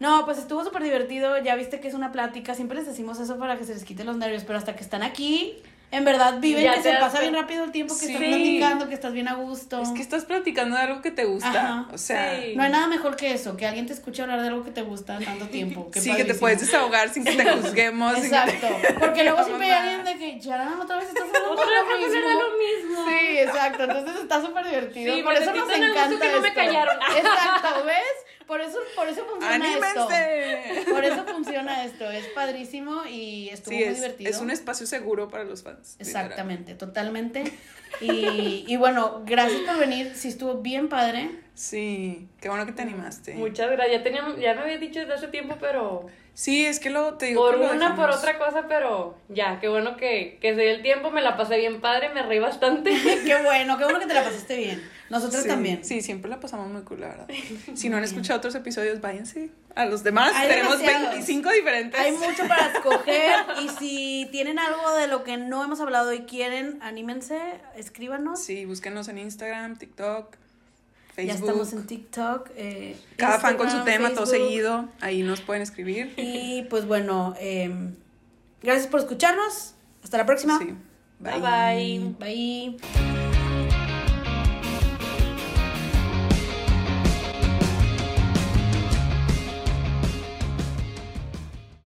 No, pues estuvo súper divertido. Ya viste que es una plática. Siempre les decimos eso para que se les quiten los nervios. Pero hasta que están aquí, en verdad viven Ya que te se das pasa bien cuenta. rápido el tiempo, que estás Sí. platicando, que estás bien a gusto. es que estás platicando de algo que te gusta. Ajá. o sea, Sí. No hay nada mejor que eso, que alguien te escuche hablar de algo que te gusta tanto tiempo. Qué sí, que te padrísimo. puedes desahogar sin que te juzguemos. sin que te- Exacto. Porque luego No, siempre hay mamá. alguien de que ya otra vez estás hablando Otra vez de lo hablar de mismo. lo mismo. Sí, exacto. Entonces está súper divertido. Sí, por me eso sentí nos tan a gusto encanta. que no me esto. callaron. Exacto, ¿ves? Por eso, por eso funciona esto. ¡Anímense! Por eso funciona esto. Es padrísimo y estuvo Sí, muy es, divertido. es un espacio seguro para los fans. literal. Exactamente, totalmente. Y, y bueno, gracias por venir. Sí, estuvo bien padre. Sí, qué bueno que te animaste. Muchas gracias. Ya, teníamos, ya me había dicho desde hace tiempo, pero Sí, es que luego te digo. por que lo una, por dejamos. otra cosa, pero ya, qué bueno que, que se dio el tiempo. Me la pasé bien padre, me reí bastante. Qué bueno, qué bueno que te la pasaste bien. Nosotros Sí, también. Sí, siempre la pasamos muy cool, la verdad. Si no han escuchado otros episodios, váyanse a los demás. Hay Tenemos demasiados. 25 diferentes. Hay mucho para escoger y si tienen algo de lo que no hemos hablado y quieren, anímense, escríbanos. Sí, búsquenos en Instagram, TikTok, Facebook. Ya estamos en TikTok. eh, Cada fan con su Instagram, tema, todo Facebook. seguido. Ahí nos pueden escribir. Y pues bueno, em, gracias por escucharnos. Hasta la próxima. Sí. Bye bye. Bye.